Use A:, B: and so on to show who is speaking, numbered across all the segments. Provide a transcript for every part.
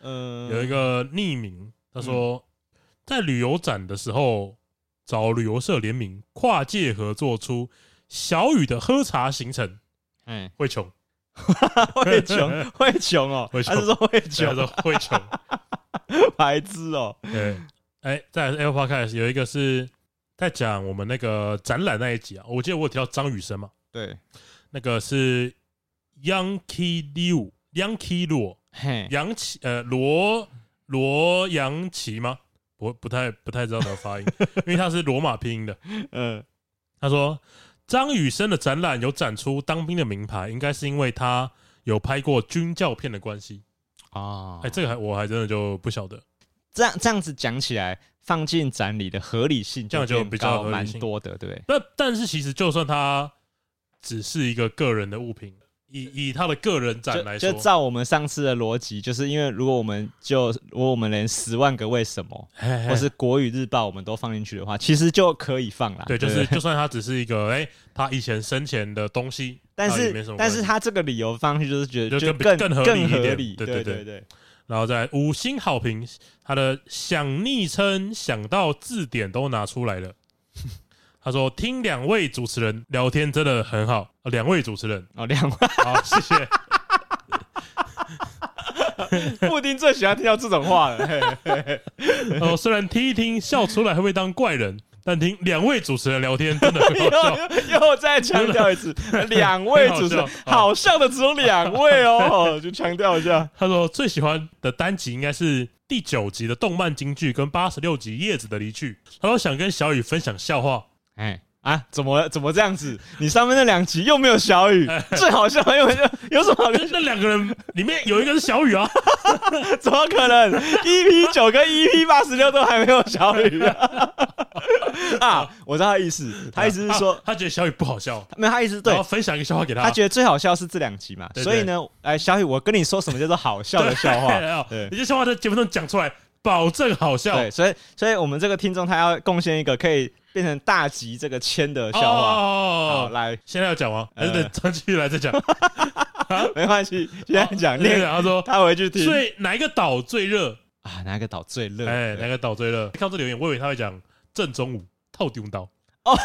A: 嗯，
B: 有一个匿名，他说在旅游展的时候找旅游社联名，跨界合作出小雨的喝茶行程，
A: 哎，
B: 会穷，
A: 会穷， 会穷哦，
B: 会
A: 还
B: 穷
A: 是说会
B: 他
A: 穷？
B: 说会穷。
A: 白痴哦，
B: 对，哎，在 Apple Podcast 有一个是在讲我们那个展览那一集啊，我记得我有提到张雨生嘛，
A: 对，
B: 那个是 Yankee Liu Yankee 罗
A: 嘿，
B: 杨奇呃罗罗杨奇吗？我不太不太知道怎么发音，因为他是罗马拼音的。
A: 嗯，
B: 他说张雨生的展览有展出当兵的名牌，应该是因为他有拍过军教片的关系。
A: 哦
B: 哎、，这个还我还真的就不晓得。
A: 这样这样子讲起来，放进展里的合理性
B: 这样就
A: 变
B: 比较
A: 高
B: 合理
A: 蛮
B: 性
A: 多的，对，
B: 那但是其实就算他只是一个个人的物品，以以他的个人展来
A: 就
B: 说
A: 就，照我们上次的逻辑，就是因为如果我们就如果我们连十万个为什么
B: 嘿嘿嘿
A: 或是国语日报我们都放进去的话，其实就可以放啦。
B: 对，就
A: 不
B: 是就算他只是一个哎、他以前生前的东西，
A: 但
B: 它也没什
A: 是
B: 么
A: 但
B: 关
A: 是
B: 系
A: 他这个理由方式就是觉得
B: 就
A: 就
B: 更
A: 更
B: 更合理一
A: 对对
B: 点对
A: 对
B: 对对
A: 对，
B: 然后在五星好评，他的想昵称想到字典都拿 出来了。他说：“听两位主持人聊天真的很好，呃两位主持人，
A: 哦，两万
B: 好，谢谢。
A: 布丁最喜欢听到这种话了，嘿
B: 哦，虽然听一听笑出来还会当怪人，但听两位主持人聊天真的很好笑。
A: 又又再强调一 次，两位主持人
B: 很好笑
A: 好笑的只有两位哦， 哦就强调一下，
B: 他说最喜欢的单集应该是第九集的动漫京剧跟八十六集叶子的离去。他说想跟小雨分享笑话，
A: 哎。啊，怎么了？怎么这样子？你上面那两集又没有小 雨，最好笑又没有，有什么好
B: 那那两个人里面有一个是小雨啊，
A: 怎么可能？EP 九跟 EP 八十六都还没有小 雨 啊！啊，我知道他的意思，他意思是说
B: 啊，他觉得小雨不好笑，
A: 没有，他意思
B: 然后
A: 对，
B: 分享一个笑话给他。
A: 他觉得最好笑是这两集嘛。
B: 对对
A: 所以呢，哎，小雨，我跟你说什么叫做好笑的笑话？对
B: 哦你这笑话在节目中讲出来，保证好笑。
A: 对，所以所以我们这个听众他要贡献一个可以变成大集这个签的笑话。好，
B: 哦，
A: 来，
B: 现在要讲吗？还是
A: 呃
B: 等张继续来再讲？
A: 没关系，现在讲
B: 现在
A: 念，
B: 讲他说
A: 他回去听
B: 哦啊最哪一个岛最热？
A: 啊，哪个岛最热？
B: 哎，哪
A: 对
B: 个岛最热？看到这留言，我以为他会讲正中午套丢刀。
A: 哦
B: 哦，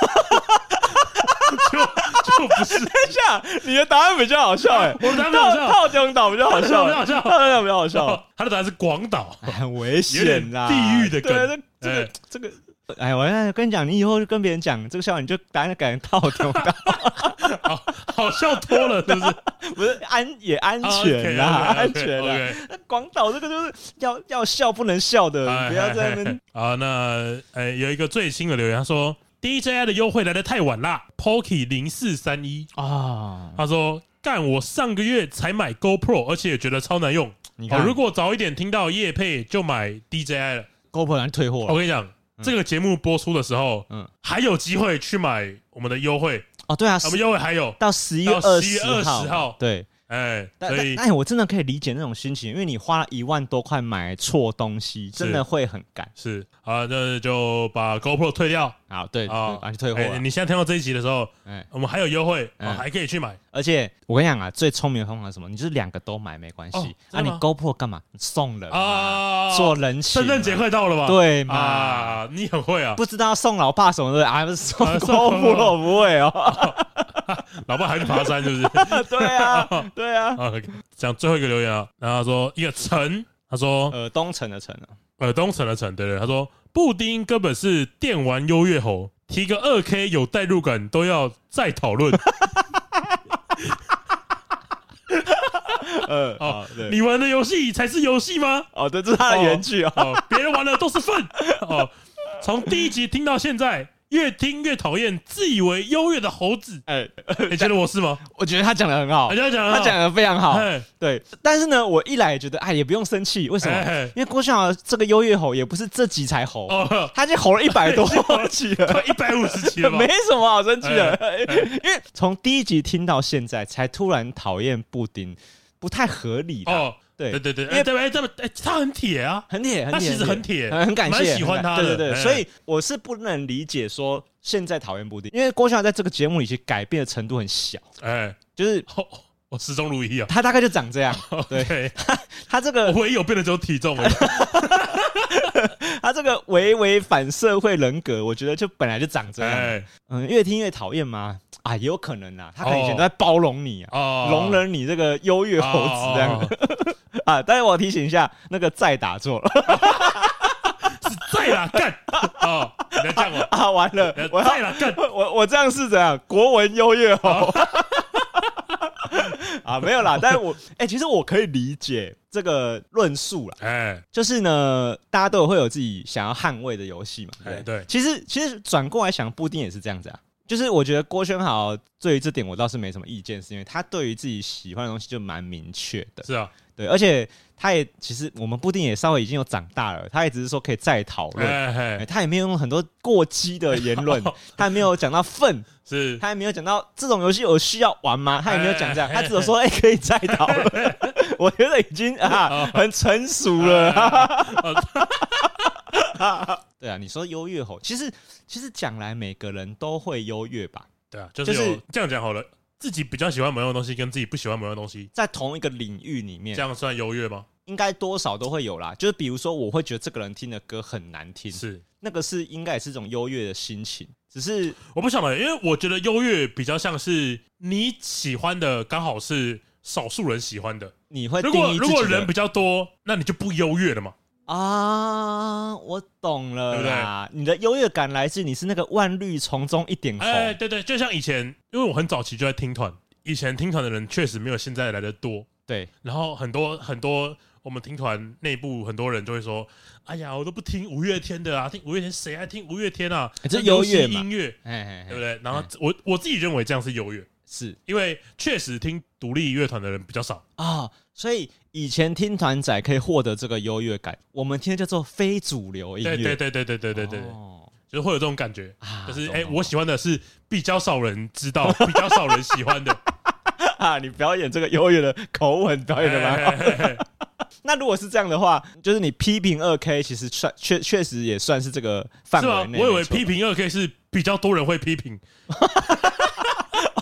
B: 就就不是，
A: 等一下，你的答案比较好笑哎，
B: 啊我的答案比较好笑
A: 套套中岛比较好笑，哎
B: 套中岛比较好笑
A: 套中岛比较好笑。哎
B: 他的答案是广岛。
A: 很危险啦，
B: 有点地狱的梗
A: 对，这这个、这个，哎，我现在跟你讲，你以后就跟别人讲这个笑话，你就答案改成套丢的，
B: 好好笑多了，是不是？
A: 不是安也安
B: 哦
A: 全啦，安全啊啦。
B: 啦。
A: 那广岛这个就是要要笑不能笑的，
B: 哎
A: 不要在那边。
B: 啊，那呃，有一个最新的留言，他说 DJI 的优惠来的太晚啦，Pocky 零四三一，
A: 啊！
B: 他说干，我上个月才买 GoPro，而且也觉得超难用。
A: 你
B: 哦，
A: 看，
B: 如
A: 如果
B: 果早一点听到叶配，就买 DJI 了。
A: GoPro 然退货
B: 我
A: 了，
B: 跟你讲，这个节目播出的时候，
A: 哦嗯
B: 嗯，还有机会去买我们的优惠，
A: 哦，对啊，
B: 我们
A: 十
B: 优惠还有，
A: 到十一月
B: 到
A: 二
B: 11月
A: 号，
B: 20号
A: 对。
B: 哎，
A: 但
B: 所以
A: 但但我真的可以理解那种心情，因为你花了一万多块买错东西，真的会很赶。
B: 是啊，那就把 GoPro 退掉
A: 好，对，
B: 啊，
A: 而且退货
B: 哎
A: 了。
B: 你现在听到这一集的时候，
A: 哎，
B: 我们还有优惠，
A: 嗯
B: 啊，还可以去买。
A: 而且我跟你讲啊，最聪明的方法是什么？你就是两个都买没关系、
B: 哦
A: 啊，
B: 真
A: 你
B: 的吗
A: GoPro 干嘛？送人啊，
B: 啊，
A: 做人情嘛，
B: 圣诞节快到了吧？
A: 对嘛？
B: 啊，你很会啊，
A: 不知道送老爸什么的啊，不是送
B: 啊送
A: GoPro 不会哦，
B: 老爸还去爬山是不 是？
A: 对啊，对啊，
B: 啊，讲最后一个留言啊，然后他说一个陈，他说
A: 呃，东城的城啊，
B: 呃东城的陈，对对，他说布丁根本是电玩优越猴，提个二 K 有代入感都要再讨论。
A: 呃，
B: 哦
A: 哦， 对，
B: 你玩的游戏才是游 戏吗？
A: 哦，对，这是他的原句啊，
B: 哦，别人玩的都是粪。哦，从第一集听到现在，越听越讨厌自以为优越的猴子。
A: 哎，
B: 你觉得我是吗？
A: 我觉得他讲的很好
B: 人，家讲得
A: 他
B: 好
A: 讲的非常好，
B: 哎
A: 对，但是呢，我一来也觉得，哎，也不用生气，为什
B: 哎
A: 么？
B: 哎
A: 因为郭晓豪这个优越吼也不是这集才吼，
B: 哦，
A: 他已经吼了一百 多集了，
B: 快一百五十集了吧
A: 没？什么好生气的， 因为从第一集听到现在，才突然讨厌布丁，不太合理的。
B: 哦，对
A: 对，
B: 对对，
A: 因为
B: 哎对哎这哎他很铁啊，
A: 很铁，
B: 他
A: 很铁，
B: 其实很铁，
A: 很很感谢，
B: 蛮喜欢他
A: 对
B: 的
A: 对对，
B: 哎
A: 所以我是不能理解说现在讨厌布丁，因为郭晓在这个节目里其实改变的程度很小，
B: 哎，
A: 就是
B: 哦我始终如一啊。
A: 他大概就长这 样。 对
B: OK，
A: 他这
B: 我
A: 个
B: 唯一有变的只有体重 了。
A: 他这个微微反社会人格，我觉得就本来就长这样。
B: 哎，
A: 嗯，越听越讨厌吗？啊，也有可能啦，他可能以前都在包容你啊，
B: 哦，
A: 容忍你这个优越猴子这样的
B: 的，
A: 啊。但是我提醒一下，那个再打错了
B: 是在啦干哦，你要这样我，
A: 啊，完了
B: 你，
A: 我
B: 要
A: 要
B: 在啦干，
A: 我我这样是怎样？国文优越猴 啊，没有啦。但是我哎、其实我可以理解这个论述啦，
B: 哎
A: 就是呢，大家都有会有自己想要捍卫的游戏嘛，对
B: 哎
A: 不对。
B: 对，
A: 其实其实转过来想，布丁也是这样子啊。就是我觉得郭轩豪对于这点我倒是没什么意见，是因为他对于自己喜欢的东西就蛮明确的，
B: 是啊，
A: 对，而且他也其实我们布丁也稍微已经有长大了，他也只是说可以再讨论，
B: 哎哦
A: 哎
B: 哎
A: 他也没有用很多过激的言论， 他也没有讲到愤，
B: 是
A: 他也没有讲到这种游戏有需要玩吗？他也没有讲这样，
B: 哎
A: 他只有 说哎、可以再讨论。 我觉得已经
B: 哦
A: 啊很成熟
B: 哎
A: 了。 对啊，你说优越吼，其实其实讲来每个人都会优越吧，
B: 对啊，就
A: 就是是
B: 有这样讲好了，自己比较喜欢某样东西，跟自己不喜欢某样东西，
A: 在同一个领域里面
B: 这，样算优越吗？
A: 应该多少都会有啦。就是比如说，我会觉得这个人听的歌很难听，
B: 是，
A: 那个是应该也是一种优越的心情，只是
B: 我不晓得，因为我觉得优越比较像是你喜欢的刚好是少数人喜欢的，
A: 你会
B: 如
A: 呃定
B: 果
A: 义
B: 如
A: 自己
B: 果
A: 的
B: 人比较多，那你就不优越了嘛。
A: 啊，我懂了
B: 对不对
A: 啦。你的优越感来自你是那个万绿丛中一点红，
B: 哎，对对，就像以前，因为我很早期就在听团，以前听团的人确实没有现在来的多，
A: 对，
B: 然后很多很多我们听团内部很多人就会说：“哎呀，我都不听五月天的啊，听五月天谁爱听五月天啊？
A: 哎这
B: 那
A: 优
B: 流行
A: 越嘛
B: 音乐，
A: 哎，
B: 对不对？”然后我我自己认为这样是优越，
A: 是
B: 因为确实听独立乐团的人比较少。
A: 啊，所以以前听团仔可以获得这个优越感，我们听的叫做非主流音乐，
B: 对对对对对对对对，
A: 哦
B: 就是会有这种感觉，
A: 啊，
B: 就是
A: 懂
B: 哎，
A: 懂
B: 我喜欢的是比较少人知道、 比较少人喜欢的，
A: 啊， 你表演这个优越的口吻表演的蛮好。
B: 哎哎哎 哎
A: 那如果是这样的话，就是你批评二 K，其实算确确实也算是这个范
B: 是吗
A: 围？内。
B: 我以为
A: 没错
B: 批评二 K 是比较多人会批评，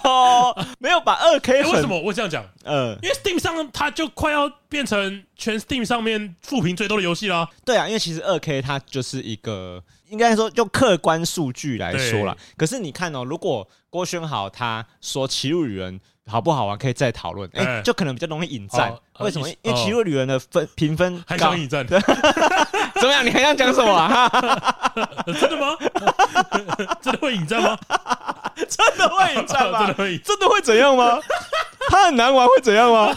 A: 哦，没有把二 K
B: 哎，为什
A: 很
B: 么我这样讲？
A: 呃，
B: 因为 Steam 上它就快要变成全 Steam 上面负评最多的游戏啦。
A: 对啊，因为其实二 K 它就是一个，应该说就客观数据来说啦。可是你看哦，如果郭轩豪他说《骑路旅人》好不好玩，可以再讨论，哎、
B: 哎
A: 就可能比较容易引战。
B: 哦呃
A: 为什么
B: 你？
A: 因为《骑路旅人》的分评分
B: 还
A: 高
B: 想，引战？
A: 怎么样？你还想讲什么、啊？哈
B: 呃真的吗？ 真的会 引战吗？
A: 真的会引战
B: 真
A: 吗
B: 的？会引
A: 真的会怎样 吗？他很难玩会怎样 吗？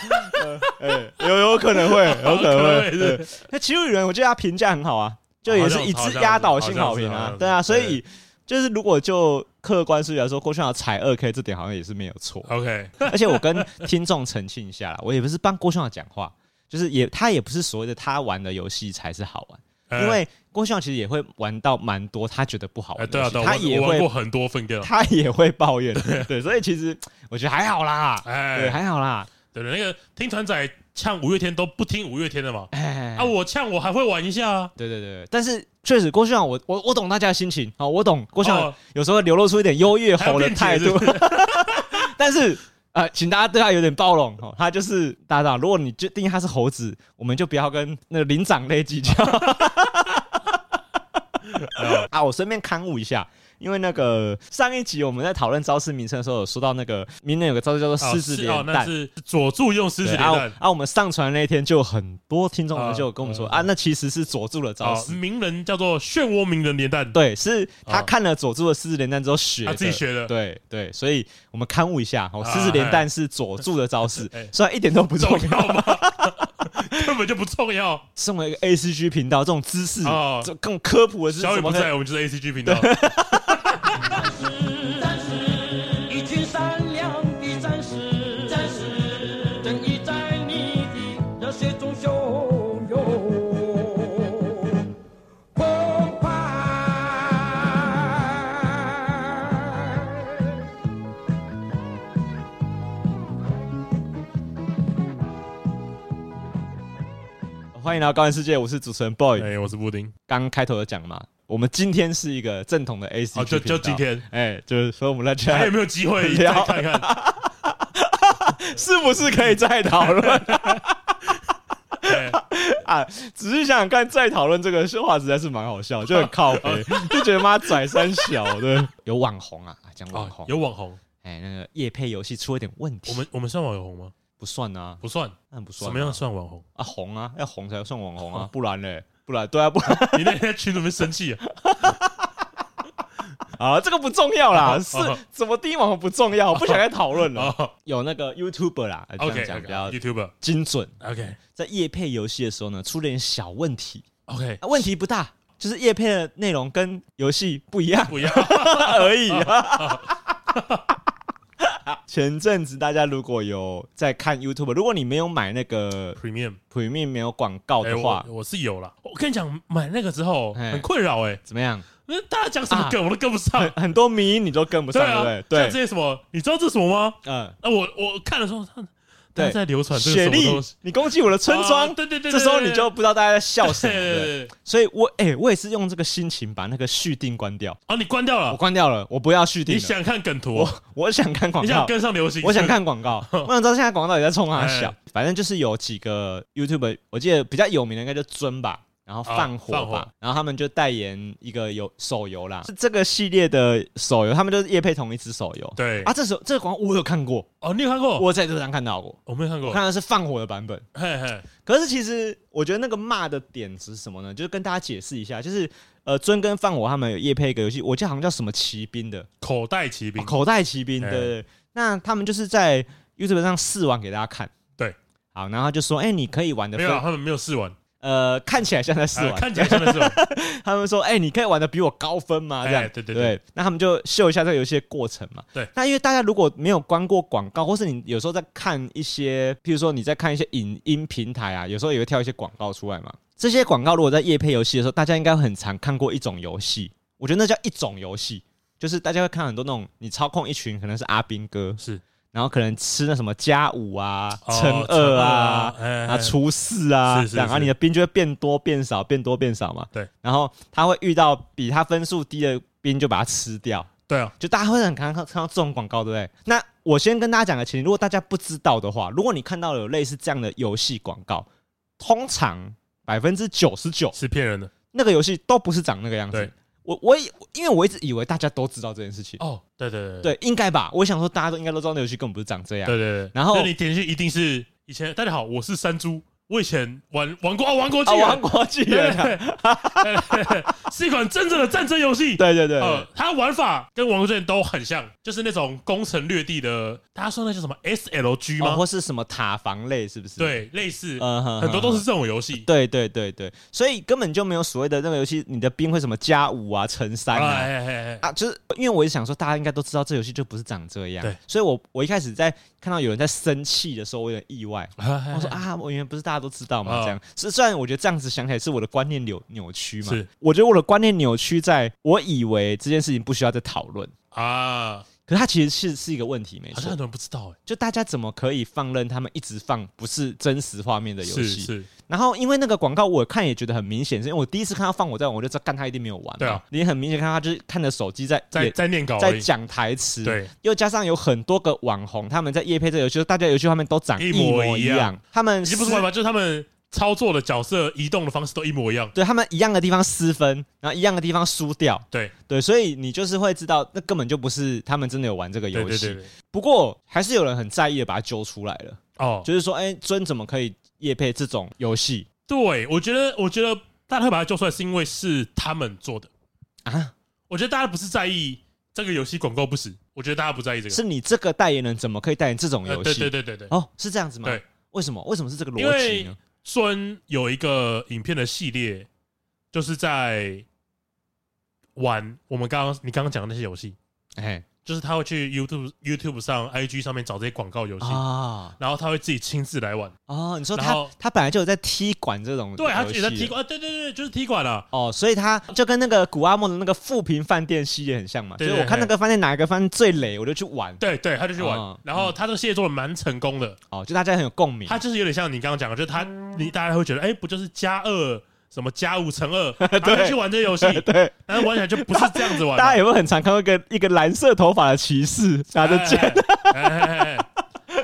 A: 呃哎、有有可能 会，有可能
B: 有可能会
A: 会。
B: 是
A: 对那《骑路旅人》我觉得他评价很好啊，就也是一致压倒性好评
B: 好像
A: 啊
B: 是，
A: 对啊，
B: 好像
A: 所
B: 是。
A: 以就是如果就客观数据来说，郭轩豪踩二 K 这点好像也是没有错
B: OK，
A: 啊 而且我跟听众澄清一下啦，我也不是帮郭轩豪讲话，就是也他也不是所谓的他玩的游戏才是好玩，
B: 哎
A: 因为郭轩豪其实也会玩到蛮多他觉得不好
B: 哎
A: 玩的
B: 对
A: 游
B: 啊，
A: 戏，
B: 对啊，
A: 他
B: 我
A: 也
B: 我玩
A: 会
B: 过很多份 game 啊。
A: 他也会抱怨， 对，所以其实我觉得还好啦，对，
B: 哎，
A: 还好啦，
B: 对对，那个听团仔呛五月天都不听五月天的嘛？
A: 哎，
B: 啊，我呛我还会玩一下啊。
A: 对对对，但是确实郭秀阳，我我我懂大家的心情啊、哦我懂郭秀阳
B: 哦
A: 有时候流露出一点优越猴的态度， 但是呃，请大家对他有点包容哦。他就是大家知道，如果你就定义他是猴子，我们就不要跟那个灵长类计较
B: 哦
A: 啊。我顺便刊物一下。因为那个上一集我们在讨论招式名称的时候，有说到那个名人有个招式叫做
B: 哦
A: 狮子
B: 是哦
A: 脸，
B: 那
A: 蛋，
B: 是佐助用狮子
A: 对
B: 连
A: 啊
B: 弹。
A: 啊，我们上传那一天就有很多听众
B: 啊
A: 就有跟我们说
B: 嗯
A: 啊，那其实是佐助的招
B: 哦，
A: 式，
B: 名人叫做漩涡鸣人连弹，
A: 对，是他
B: 啊
A: 看了佐助的狮子连弹之后学的，
B: 他自己学的。
A: 对对，所以我们刊物一下，哦，
B: 啊
A: 狮子连弹是佐助的招式
B: 哎，
A: 虽然一点都不重
B: 重
A: 要。
B: 要吗？ 根本就不重要。
A: 身为一个 A C G 频道，这种知识，
B: 哦
A: 这更科普的知识，
B: 小雨
A: 怎
B: 不
A: 么可以
B: 在，我们就是 A C G 频道。
C: 战士，一群善良的战士，战士，正义在你的热血中汹涌澎湃。
A: 欢迎来到高玩世界，我是主持人 boy。
B: 哎，我是 布丁。
A: 刚开头有讲嘛，我们今天是一个正统的 A C
B: 哦，
A: G，
B: 就就今，天，
A: 哎，就是说我们在
B: 还有
A: 家
B: 没有机会
A: 聊
B: 再看看？
A: 是不是可以再讨论
B: 对
A: 啊？只是想想看，再讨论这个话实在是蛮好笑，就很靠北， 就觉得妈拽三小的。有网红啊，啊讲 网
B: 哦
A: 红，，
B: 有网红，
A: 哎，那个夜配游戏出了点问题，
B: 我们我们算网红吗？
A: 不算啊，
B: 不算，
A: 那不算、
B: 什
A: 啊。
B: 么样哦算网红？
A: 啊？红啊，要红才算网红啊，不然嘞，不然对啊，不然
B: 你那天在群里面生气啊？
A: 啊，这个不重要啦，是
B: 哦
A: 怎么第一网红不重要，我不想再讨论了。
B: 哦
A: 有那个 YouTuber 啦，这样讲比较
B: ，OK，YouTuber，OK，OK，
A: 精准。在夜配游戏的时候呢，出了点小问题， 啊、问题不大，就是夜配的内容跟游戏不一样
B: 不一样，
A: 而已。 前阵子大家如果有在看 YouTube，如果你没有买那个
B: Premium，
A: Premium 没有广告
B: 哎，
A: 的话，
B: 我我是有了。我跟你讲，买那个之后
A: 哎
B: 很困扰哎，
A: 怎么样？
B: 那大家讲什么梗我都跟不上
A: 很，很多迷你都啊 跟不
B: 啊对
A: 上，
B: 啊
A: 对，不对？
B: 像这
A: 对，
B: 些什么，你知道这是什么吗？
A: 嗯，
B: 啊，我我看的时候，大
A: 对
B: 家在流传这个
A: 雪
B: 什么
A: 莉
B: 东西，
A: 你攻击我的村庄，
B: 啊对对对，
A: 这时候你就不知道大家在笑什
B: 对
A: 么。
B: 对
A: 对
B: 对对，
A: 所以我哎、我也是用这个心情把那个续订关掉，
B: 哦，你关掉
A: 我
B: 了，
A: 关掉了，我不要续订
B: 你
A: 了。
B: 想看梗图哦，
A: 我 我想看广
B: 你想
A: 告，
B: 跟上流 行，
A: 我想看广告，我想知道现在广告到底在冲哪小
B: 哎。
A: 反正就是有几个 YouTube，我记得比较有名的应该就尊吧，然后放火
B: 啊放
A: 吧
B: 火，
A: 然后他们就代言一个游手游啦，是这个系列的手游，他们就是夜配同一只手游。
B: 对
A: 啊，这首这个广告我有看过，
B: 哦，你有看过？
A: 我在这上看到过，
B: 我没有看过
A: 我，看到的是放火的版本。
B: 嘿嘿，
A: 可是其实我觉得那个骂的点是什么呢？就是跟大家解释一下，就是呃，尊跟放火他们有夜配一个游戏，我记得好像叫什么骑兵的，
B: 口袋骑兵
A: 哦，口袋骑兵，
B: 哎
A: 对对对。那他们就是在 YouTube 上试玩给大家看，
B: 对，
A: 好，然后他就说，哎、你可以玩的
B: 没有啊，
A: 分，
B: 他们没有试完，
A: 呃，看起来像在试
B: 哎
A: 玩，
B: 看起来真的是玩，
A: 他们说，哎、你可以玩的比我高分吗？
B: 哎
A: 这样，
B: 对对
A: 对
B: 对
A: 那他们就秀一下这个游戏的过程嘛。
B: 对，
A: 那因为大家如果没有关过广告，或是你有时候在看一些，譬如说你在看一些影音平台啊，有时候也会跳一些广告出来嘛。这些广告如果在夜配游戏的时候，大家应该很常看过一种游戏，我觉得那叫一种游戏，就是大家会看很多那种你操控一群可能是阿兵哥，
B: 是
A: 然后可能吃那什么加五啊、
B: 哦
A: 乘二啊、
B: 哎
A: 啊，出事啊，
B: 是是
A: 这样，然
B: 是
A: 后你的兵就会变多变少，变多变少嘛。
B: 对，
A: 然后他会遇到比他分数低的兵，就把他吃掉。
B: 对啊，
A: 就大家会很常看看到这种广告，对不对？那我先跟大家讲个前提，如果大家不知道的话，如果你看到有类似这样的游戏广告，通常百分之九十九
B: 是骗人的
A: 那个游戏都不是长那个样
B: 对
A: 子。我我以因为我一直以为大家都知道这件事情，
B: 哦，对对对
A: 对，应该吧？我想说大家都应该都知道那游戏根本不是长这样。
B: 对对对，
A: 然后
B: 那你点进去一定是以前大家好，我是山猪，我以前玩玩过哦，玩过
A: 啊，
B: 巨
A: 王
B: 人，
A: 国纪
B: 对
A: 元啊，
B: 对对对是一款真正的战争游戏。
A: 对对对，
B: 呃，它玩法跟《王国之刃》都很像，就是那种攻城略地的，大家说那叫什么 SLG
A: 哦
B: 吗？
A: 或是什么塔防类，是不是？
B: 对，类似，
A: 嗯哼，
B: 很多都是
A: 哼。
B: 这种游戏。
A: 对对对对，所以根本就没有所谓的那个游戏，你的兵会什么加五啊、乘三
B: 啊
A: 啊。
B: 哎哎哎哎
A: 啊，就是因为我一直想说，大家应该都知道这游戏就不是长这样，
B: 对
A: 所以我我一开始在看到有人在生气的时候，我有点意外，
B: 哎哎，
A: 我说啊，我原来不是大家都知道嘛，
B: 哦
A: 这样是虽然我觉得这样子想起来是我的观念扭扭曲嘛，
B: 是
A: 我觉得我的观念扭曲在我以为这件事情不需要再讨论，
B: 啊，
A: 可是它其实是是一个问题，没
B: 好像很
A: 错，
B: 多人不知道
A: 就大家怎么可以放任他们一直放不是真实画面的
B: 哎，
A: 游
B: 是
A: 戏？
B: 是，
A: 然后因为那个广告我看也觉得很明显，是因为我第一次看到放火在玩，我就知道干他一定没有玩嘛。
B: 对啊
A: 你很明显看到他就是看着手机在
B: 在
A: 也
B: 在念稿而
A: 在
B: 已，
A: 讲台词，，
B: 对，
A: 又加上有很多个网红他们在夜配这游戏，大家游戏画面都长
B: 一模
A: 模
B: 一样
A: 样，他们
B: 已经不是
A: 撕
B: 玩法，就是他们操作的角色移动的方式都一模一样。
A: 对他们一样的地方失分，然后一样的地方输掉，
B: 对
A: 对，所以你就是会知道那根本就不是他们真的有玩这个
B: 对
A: 游
B: 对
A: 戏。
B: 对对，
A: 不过还是有人很在意的把它揪出来了，
B: 哦，
A: 就是说，哎，尊怎么可以夜配这种游戏
B: 对，我觉得，我觉得大家会把它揪出来，是因为是他们做的。
A: 啊？
B: 我觉得大家不是在意这个游戏广告不实，我觉得大家不在意这个。
A: 是你这个代言人怎么可以代言这种
B: 呃
A: 游
B: 对
A: 戏
B: 对？对对对。
A: 哦，是这样子吗？
B: 对，
A: 为什么？为什么是这个逻
B: 因
A: 辑
B: 为
A: 呢？
B: 孙有一个影片的系列，就是在玩我们刚刚你刚刚讲的那些游戏，
A: 哎
B: 就是他会去 YouTube、YouTube 上、IG 上面找这些广告游戏，
A: 啊
B: 然后他会自己亲自来玩。
A: 哦，你说
B: 然
A: 他
B: 后
A: 他本来就有在踢馆这种
B: 对，他
A: 游
B: 也在
A: 戏
B: 踢
A: 了
B: 馆，啊对对对，就是踢馆啊。
A: 哦，所以他就跟那个古阿莫的那个富平饭店系列很像嘛。
B: 对
A: 就
B: 对
A: 是我看那个饭店哪一个饭店最雷，我就去玩。
B: 对对，他就去玩
A: 哦，
B: 然后他这个系列做的蛮成功的，
A: 哦，就大家很有共鸣。
B: 他就是有点像你刚刚讲的，就是他你大家会觉得，哎，不就是加二什么加五乘 二，然后就去玩这个游戏，
A: 对，
B: 但是玩起来就不是这样子玩啊
A: 大家
B: 嘛。
A: 有没有
B: 哎
A: 很常看到一个一个蓝色头发的骑士拿着剑？
B: 哎哎哎哎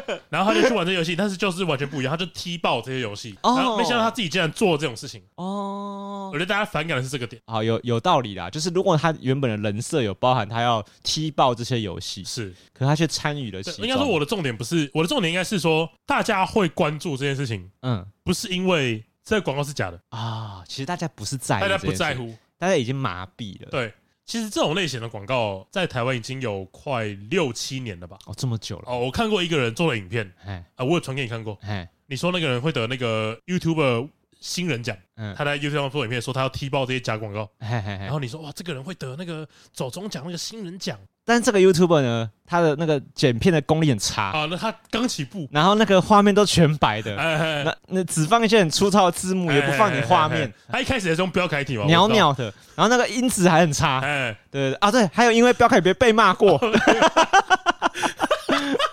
B: 哎然后他就去玩这游戏，但是就是完全不一样，他就踢爆这些游戏。
A: 哦
B: 然后没想到他自己竟然做这种事情，我
A: 哦
B: 觉。得大家反感的是这个点。
A: 好，有有道理啦。就是如果他原本的人设有包含他要踢爆这些游戏，
B: 是，
A: 可他却参与了
B: 对
A: 其中。
B: 应该说我的重点不是我的重点，应该是说大家会关注这件事情，
A: 嗯
B: 不是因为这个广告是假的，
A: 啊，其实大家不是在意
B: 大家
A: 这件
B: 不
A: 事
B: 在，乎。
A: 大家已经麻痹了。
B: 对，其实这种类型的广告在台湾已经有快六七年了吧。
A: 哦，这么久了，
B: 哦，我看过一个人做的影片
A: 哎
B: 啊，我有传给你看过。
A: 哎
B: 你说那个人会得那个 YouTuber 新人奖，
A: 嗯，
B: 他在 YouTube 上做影片说他要踢爆这些假广告，
A: 嘿嘿嘿
B: 然后你说哇，这个人会得那个走中奖那个新人奖
A: 但是这个 YouTuber 呢，他的那个剪片的功力很差，
B: 啊，那他刚起步，
A: 然后那个画面都全白的，
B: 哎哎，
A: 那那只放一些很粗糙的字幕，也不放你画面
B: 哎，，哎哎他一开始也是用标楷体嘛，
A: 袅
B: 我知道，
A: 袅的，然后那个音质还很差，
B: 哎，哦
A: 对啊对，还有因为标凯别被骂过，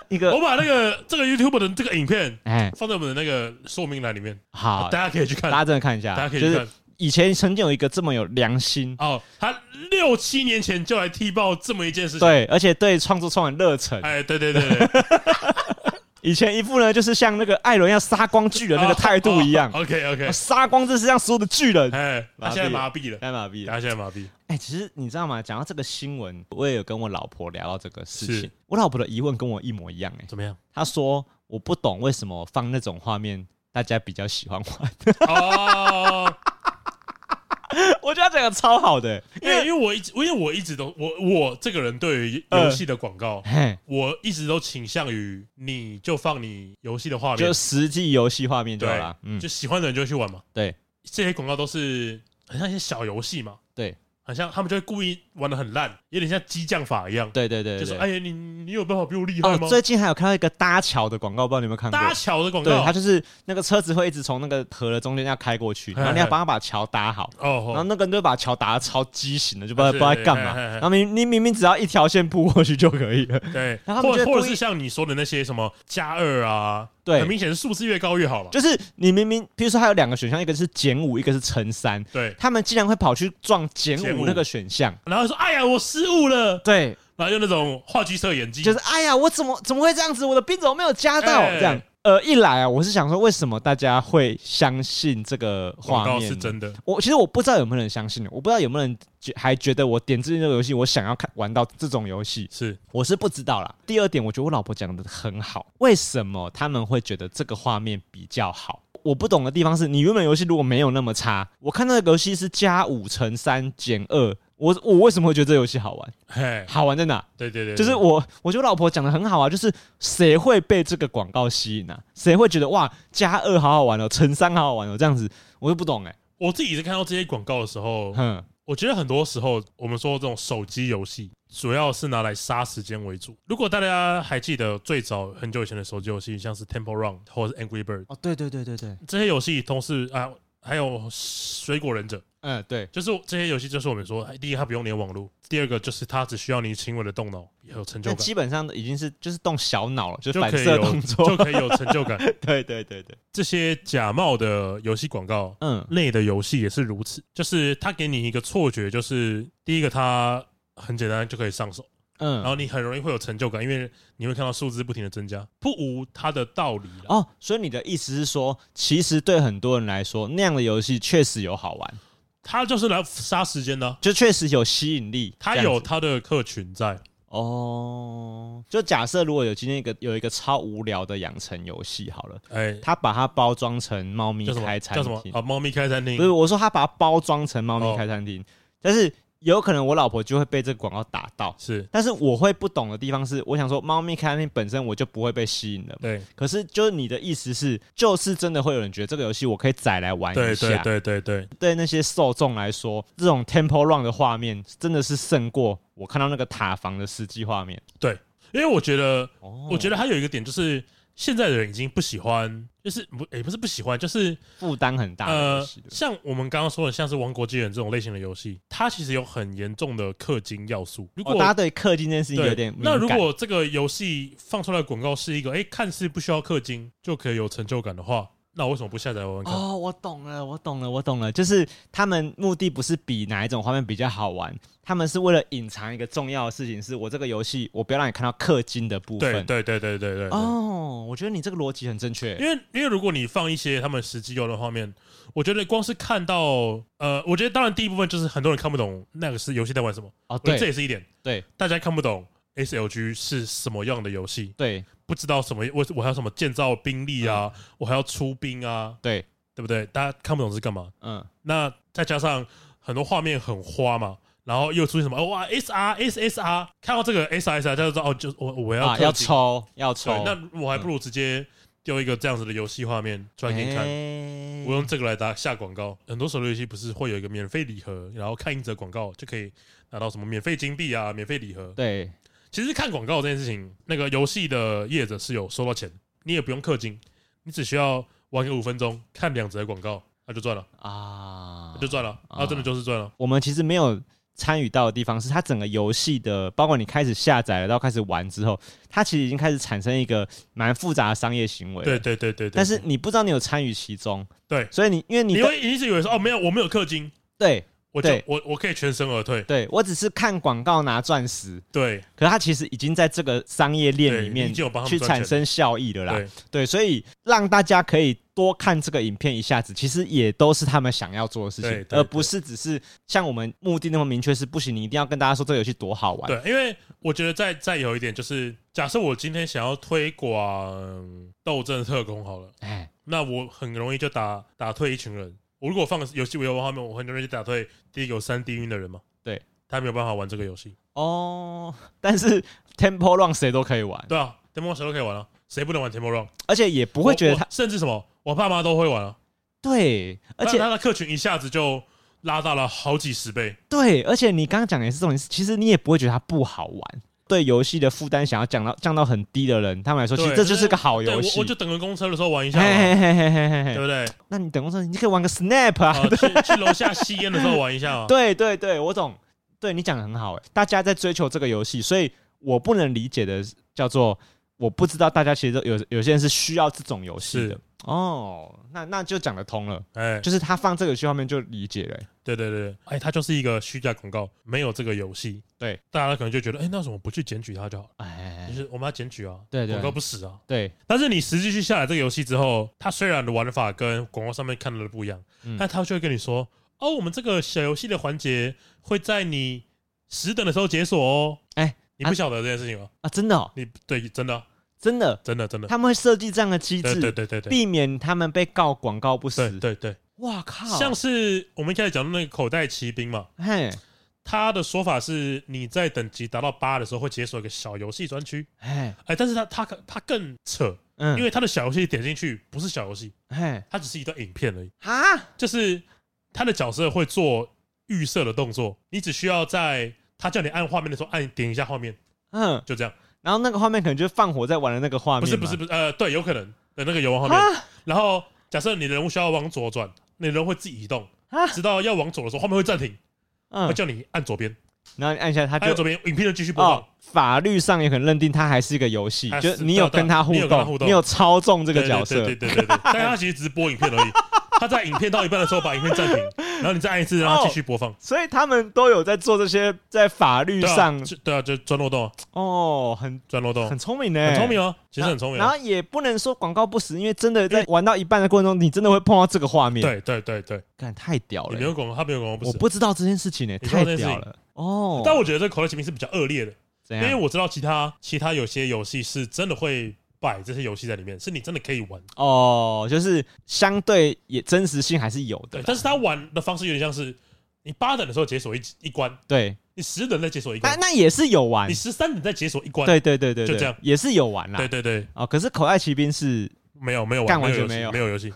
A: 一个
B: 我把那个这个 YouTube 的这个影片
A: 哎
B: 放在我们的那个说明栏里面，
A: 好，
B: 哦大家可以去看
A: 大，家真的看一下，
B: 大家可以
A: 就
B: 去
A: 是
B: 看。
A: 以前曾经有一个这么有良心，
B: 哦，他六七年前就来踢爆这么一件事情，
A: 对，而且对创作充满热忱。
B: 哎，对对对 对，
A: 以前一副呢，就是像那个艾伦要杀光巨人那个态度一样，
B: OK OK，
A: 杀光这世上所有的巨人，
B: 哦哎，他现在麻痹了，
A: 太麻痹了。
B: 他现在麻痹，
A: 哎、其实你知道吗？讲到这个新闻，我也有跟我老婆聊到这个事情
B: 是。
A: 我老婆的疑问跟我一模一样、哎，
B: 怎么样？
A: 她说我不懂为什么放那种画面大家比较喜欢玩。
B: 哦，
A: 我觉得她讲的超好的、
B: 因为因为我一直，因为我一直都我我这个人对于游戏的广告，
A: 嘿，
B: 我一直都倾向于你就放你游戏的画
A: 就
B: 面，
A: 实际游戏画面就好
B: 对
A: 了。嗯，
B: 就喜欢的人就会去玩嘛。
A: 对，
B: 这些广告都是很像一些小游戏嘛，
A: 对，
B: 很像他们就会故意玩的很烂，有点像激将法一样，
A: 对对对对
B: 就是
A: 对。
B: 哎呀，你你有办法比我厉害
A: 哦，
B: 吗？
A: 最近还有看到一个搭桥的广告，不知道你有没有看过？
B: 搭桥的广
A: 对，
B: 告
A: 它，就是那个车子会一直从那个河的中间要开过去，
B: 嘿
A: 然后你要
B: 嘿
A: 帮他把桥搭好。然后
B: 哦，
A: 那个人就把桥打的超畸形的，就不知道
B: 啊
A: 不
B: 是
A: 知道在干嘛
B: 嘿嘿嘿。
A: 然后明你明明只要一条线铺过去就可以 了。
B: 对，
A: 然后他们
B: 或
A: 就会故
B: 或者
A: 意
B: 是像你说的那些什么加二啊，
A: 对
B: 很明显是数字越高越好了，
A: 就是你明明，比如说还有两个选项，一个是减五，一个是乘三，
B: 对。
A: 他们竟然会跑去撞减
B: 减
A: 五
B: 五
A: 那个选 项。
B: 然后说：“哎呀，我失误了。
A: 对，”
B: 然后用那种话剧社演技，
A: 就是哎呀，我怎么怎么会这样子？我的兵怎么没有加到？
B: 哎
A: 这样，呃，一来啊，我是想说，为什么大家会相信这个
B: 广
A: 画
B: 告
A: 面？
B: 是真的，
A: 我其实我不知道有没有人相信，我不知道有没有人觉还觉得我点进这个游戏，我想要看玩到这种游戏，
B: 是
A: 我是不知道啦。第二点，我觉得我老婆讲的很好，为什么他们会觉得这个画面比较好？我不懂的地方是你原本游戏如果没有那么差，我看那个游戏是加五乘三减二，我我为什么会觉得这游戏好玩？
B: 嘿，
A: 好玩在哪？
B: 对对对，
A: 就是我，我觉得我老婆讲的很好啊，就是谁会被这个广告吸引啊？谁会觉得哇加二好好玩哦，乘三好好玩哦，这样子我就不懂哎、
B: 我自己是看到这些广告的时候，
A: 哼，
B: 我觉得很多时候我们说这种手机游戏主要是拿来杀时间为主。如果大家还记得最早很久以前的手机游戏，像是 Temple Run 或者是 Angry Bird
A: 哦，对对对对对，
B: 这些游戏，都是啊，还有水果忍者，
A: 嗯，对，
B: 就是这些游戏，就是我们说，哎第一它不用连网络，第二个就是它只需要你轻微的动脑，也有成就
A: 那
B: 感，
A: 基本上已经是就是动小脑了，就是
B: 就
A: 反
B: 可以
A: 射
B: 有
A: 动
B: 就
A: 作，
B: 可以有成就感。
A: 对对对对，
B: 这些假冒的游戏广告，
A: 嗯
B: 类的游戏也是如此，就是它给你一个错觉，就是第一个它很简单就可以上手，然
A: 嗯，
B: 后你很容易会有成就感，因为你会看到数字不停的增加，不无它的道理了。
A: 哦，所以你的意思是说，其实对很多人来说，那样的游戏确实有好玩，
B: 它就是来杀时间的啊，
A: 就确实有吸引力，
B: 它
A: 这样
B: 有
A: 子
B: 它的客群在，
A: 哦。就假设如果有今天一个有一个超无聊的养成游戏好了。
B: 哎，
A: 他把它包装成猫咪
B: 叫什
A: 开
B: 么
A: 餐
B: 叫什么
A: 厅，
B: 啊？猫咪开餐厅
A: 不是我说他把它包装成猫咪
B: 哦
A: 开餐厅，但是有可能我老婆就会被这个广告打到。
B: 是，
A: 但是我会不懂的地方是，我想说猫咪开餐厅本身我就不会被吸引了。
B: 对
A: 可是就是你的意思是，就是真的会有人觉得这个游戏我可以载来玩一
B: 对
A: 下。
B: 对对对对，
A: 对那些受众来说，这种 Temple Run 的画面真的是胜过我看到那个塔防的实际画面。
B: 因为我觉得，
A: 哦
B: 我觉
A: 得
B: 得还有一个点就是。现在的人已经不喜欢，就是不也、不是不喜欢，就是
A: 负担很大的游
B: 呃
A: 戏。，
B: 像我们刚刚说的，像是《王国纪元》这种类型的游戏，它其实有很严重的氪金要素。如
A: 哦
B: 果、
A: 大家对氪金这件事情
B: 对
A: 有点敏
B: 那
A: 感
B: 如果这个游戏放出来的广告是一个，哎、看似不需要氪金就可以有成就感的话，那我为什么不下载玩玩看？
A: 哦，我懂了，我懂了，我懂了，就是他们目的不是比哪一种画面比较好玩，他们是为了隐藏一个重要的事情，是我这个游戏我不要让你看到氪金的部
B: 对
A: 分。
B: 对对对对对对
A: 哦，我觉得你这个逻辑很正确。
B: 因为因为如果你放一些他们实际有的画面，我觉得光是看到呃，我觉得当然第一部分就是很多人看不懂那个是游戏在玩什么，
A: 哦，
B: 我觉得这
A: 对
B: 也是一点，
A: 对
B: 大家看不懂 SLG 是什么样的游戏，
A: 对
B: 不知道什么我我还有什么建造兵力啊，
A: 嗯
B: 我还要出兵啊，
A: 对，
B: 对不对？大家看不懂是干嘛？
A: 嗯，
B: 那再加上很多画面很花嘛。然后又出现什么？哦哇，S R S S R，看到这个 S R S R，他就知道哦，就我我要
A: 啊，
B: 氪
A: 要
B: 金
A: 抽要抽
B: 对，，那我还不如直接丢一个这样子的游戏画面出来给你看。
A: 哎
B: 我用这个来打下广告，很多手游游戏不是会有一个免费礼盒，然后看一则广告就可以拿到什么免费金币啊、免费礼盒。
A: 对
B: 其实看广告这件事情，那个游戏的业者是有收到钱，你也不用氪金，你只需要玩个五分钟，看两则广告，那就赚了，
A: 啊
B: 那，就赚了，啊，真的就是赚了。
A: 我们其实没有参与到的地方是，它整个游戏的，包括你开始下载了到开始玩之后，它其实已经开始产生一个蛮复杂的商业行为了。
B: 对对对对对。
A: 但是你不知道你有参与其中，
B: 对
A: 所以你因为你
B: 你
A: 的
B: 会一直以为说哦，没有，我没有氪金，
A: 对
B: 我就
A: 对
B: 我我可以全身而退。
A: 对我只是看广告拿钻石，
B: 对
A: 可是它其实已经在这个商业链里
B: 对你
A: 面
B: 已经有帮他
A: 去
B: 们赚
A: 产
B: 钱
A: 生效益了啦。
B: 对，
A: 对，所以让大家可以多看这个影片一下子，其实也都是他们想要做的事
B: 对
A: 情，
B: 对
A: 而不是只是像我们目的那么明确，是不行，你一定要跟大家说这个游戏多好玩。
B: 对，因为我觉得再再有一点就是，假设我今天想要推广《斗阵特工》好了，
A: 哎，
B: 那我很容易就打打退一群人。我如果放游戏为玩画面，我很容易就打退第一个有三 D 晕的人嘛。
A: 对，
B: 他没有办法玩这个游戏。
A: 哦，但是 Temple Run 谁都可以玩，
B: 对啊，Temple Run 谁都可以玩啊，谁不能玩 Temple Run？
A: 而且也不会觉得
B: 我
A: 他
B: 我甚至什么，我爸妈都会玩啊。
A: 对，而且
B: 但他的客群一下子就拉大了好几十倍。
A: 对，而且你刚刚讲的也是重点，是其实你也不会觉得它不好玩。对游戏的负担想要降到降到很低的人，他们来说，其实
B: 对
A: 这就是个好
B: 对，
A: 游
B: 我
A: 戏。
B: 我就等个公车的时候玩一下嘛，
A: 嘿嘿嘿嘿嘿
B: 对
A: 嘿，
B: 不对？
A: 那你等公车，你可以玩个 Snap 啊。
B: 啊，去去楼下吸烟的时候玩一下嘛。
A: 对对对，我懂。对你讲的很好、欸，大家在追求这个游戏，所以我不能理解的是叫做，我不知道大家其实都有有些人是需要这种游戏的
B: 是。
A: 哦，那那就讲得通了，
B: 哎，
A: 就是他放这个游戏后面就理解了欸、
B: 对对对，对哎，它就是一个虚假广告，没有这个游戏，
A: 对，
B: 大家可能就觉得，哎，那为什么不去检举它就好了？
A: 哎
B: 就，是我们要检举啊，
A: 对对
B: 广告不死啊。
A: 对，
B: 但是你实际去下载这个游戏之后，它虽然的玩法跟广告上面看到的不一样，
A: 嗯
B: 但它就会跟你说，哦，我们这个小游戏的环节会在你十等的时候解锁哦。
A: 哎
B: 你不晓得这件事情吗？
A: 啊，真的、哦，
B: 你对，真的啊，
A: 真的，
B: 真的，真的，
A: 他们会设计这样的机
B: 嗯对对
A: 制，
B: 对对对。
A: 避免他们被告广告不
B: 对
A: 实。
B: 对对，
A: 哇靠！
B: 像是我们一开始讲的那个口袋骑兵嘛，
A: 嘿，
B: 他的说法是你在等级达到八的时候会解锁一个小游戏专区，
A: 嘿，
B: 哎，但是他他他更扯，
A: 嗯，
B: 因为他的小游戏点进去不是小游戏，
A: 嘿，
B: 它只是一段影片而已，
A: 哈，
B: 就是他的角色会做预设的动作，你只需要在他叫你按画面的时候按点一下画面，
A: 嗯，
B: 就这样，
A: 然后那个画面可能就是放火在玩的那个画面
B: 不
A: 嘛，
B: 是不是不是，呃，对，有可能的那个游玩画面，
A: 啊
B: 然后假设你人物需要往左转，你人物会自己移动，
A: 啊，
B: 直到要往左的时候，画面会暂停，会
A: 嗯，
B: 叫你按左边，
A: 然后你按下它
B: 按左
A: 就。
B: 边，影片就继续播
A: 哦
B: 放。，
A: 法律上也可能认定它还是一个游戏
B: 哎，
A: 就是你有
B: 对对
A: 跟他互
B: 你有跟它互
A: 动，
B: 动
A: 你有操纵这
B: 这
A: 个角
B: 对
A: 色，
B: 对对对对对，但他其实只是播影片 而已。他在影片到一半的时候把影片暂停，然后你再按一次，让它继续 播放。
A: 所以他们都有在做这些在法律
B: 对啊，
A: 上
B: 就对啊，就钻漏洞啊，
A: 哦，很
B: 钻漏洞
A: 很，聪明呢，
B: 很聪明哦，其实很聪明
A: 然
B: 哦。
A: 后也不能说广告不实，因为真的在玩到一半的过程中，你真的会碰到这个画面。，
B: 对对对对，
A: 干太屌
B: 你
A: 了
B: 没
A: 欸！
B: 有广告，他没有广告不
A: 我
B: 是。
A: 不知道这件事情呢，欸
B: 你知道
A: 太
B: 这件事
A: 屌
B: 情
A: 了哦。
B: 但我觉得这个口袋骑兵是比较恶劣的，
A: 怎
B: 因为
A: 样？
B: 我知道其
A: 哎
B: 他其他有些游戏是真的会摆这些游戏在里面，是你真的可以玩。
A: 哦，就是相对也真实性还是有的
B: 对
A: 啦，，
B: 但是他玩的方式有点像是你八等的时候解锁一一关，
A: 对，
B: 你十等再解锁一
A: 但
B: 关，
A: 那也是有玩
B: 你，十三等再解锁一关。
A: 对对对对，
B: 就
A: 对
B: 这样
A: 也是有玩啦
B: 对。对对，
A: 哦，可是口袋骑兵 是，
B: 没有没有
A: 干完
B: 玩，有游
A: 全没
B: 戏，
A: 有
B: 没有 游戏，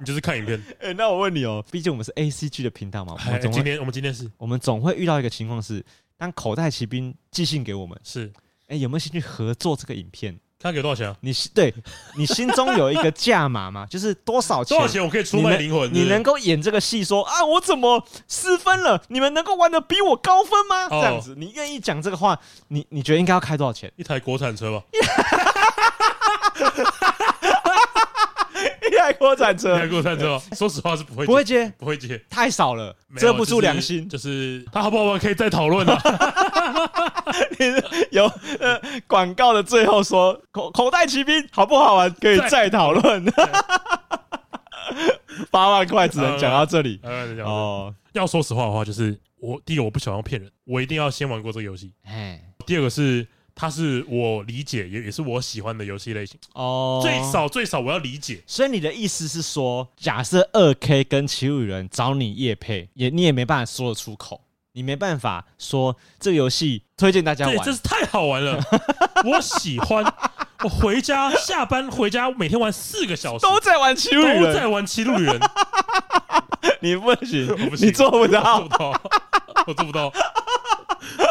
B: 你就是看影片。
A: 哎，那我问你哦，毕竟我们是 A C G 的频道嘛，我
B: 哎
A: 们总
B: 今
A: 会
B: 天我们今天是
A: 我们总会遇到一个情况是，当口袋骑兵寄信给我们，
B: 是，
A: 哎，有没有兴趣合作这个影片？
B: 看他给我多少钱啊？
A: 你心对你心中有一个价码吗？ 就是多少钱？
B: 多少钱我可以出卖灵魂？
A: 你
B: 是不是
A: 能够演这个戏说啊，我怎么失分了？你们能够玩的比我高分吗？
B: 哦
A: 这样子，你愿意讲这个话，你你觉 得应该要开多少钱？
B: 一台国产车吧？
A: 一台国产车
B: 开过战之后，说实话是不会接
A: 啊不会接，
B: 不会接，
A: 太少了
B: 没，有
A: 遮不住良心。
B: 就是就是它好不好玩可以再 讨论啊。
A: 有呃广告的最后说口口袋骑兵好不好玩，可以再讨论。 八万块只能讲到这里
B: 哦，
A: 哦。
B: 要说实话的话，就是我第一个我不喜欢骗人，我一定要先玩过这个游戏。
A: 哎
B: 第二个是它是我理解也也是我喜欢的游戏类型，
A: 哦，
B: 最。少最少我要理解。
A: 所以你的意思是说，假设二 K 跟骑五人找你夜配，也你也没办法说得出口，你没办法说这个游戏推荐大家
B: 对，
A: 玩
B: 真。是太好 玩了，我喜欢。我回家下班回家，每天玩四个小时，
A: 都在玩骑五
B: 都在
A: 人，
B: 玩骑路人，
A: 你 不行
B: 我不，行
A: 你做不
B: 我
A: 到
B: 做不到， 我做不到。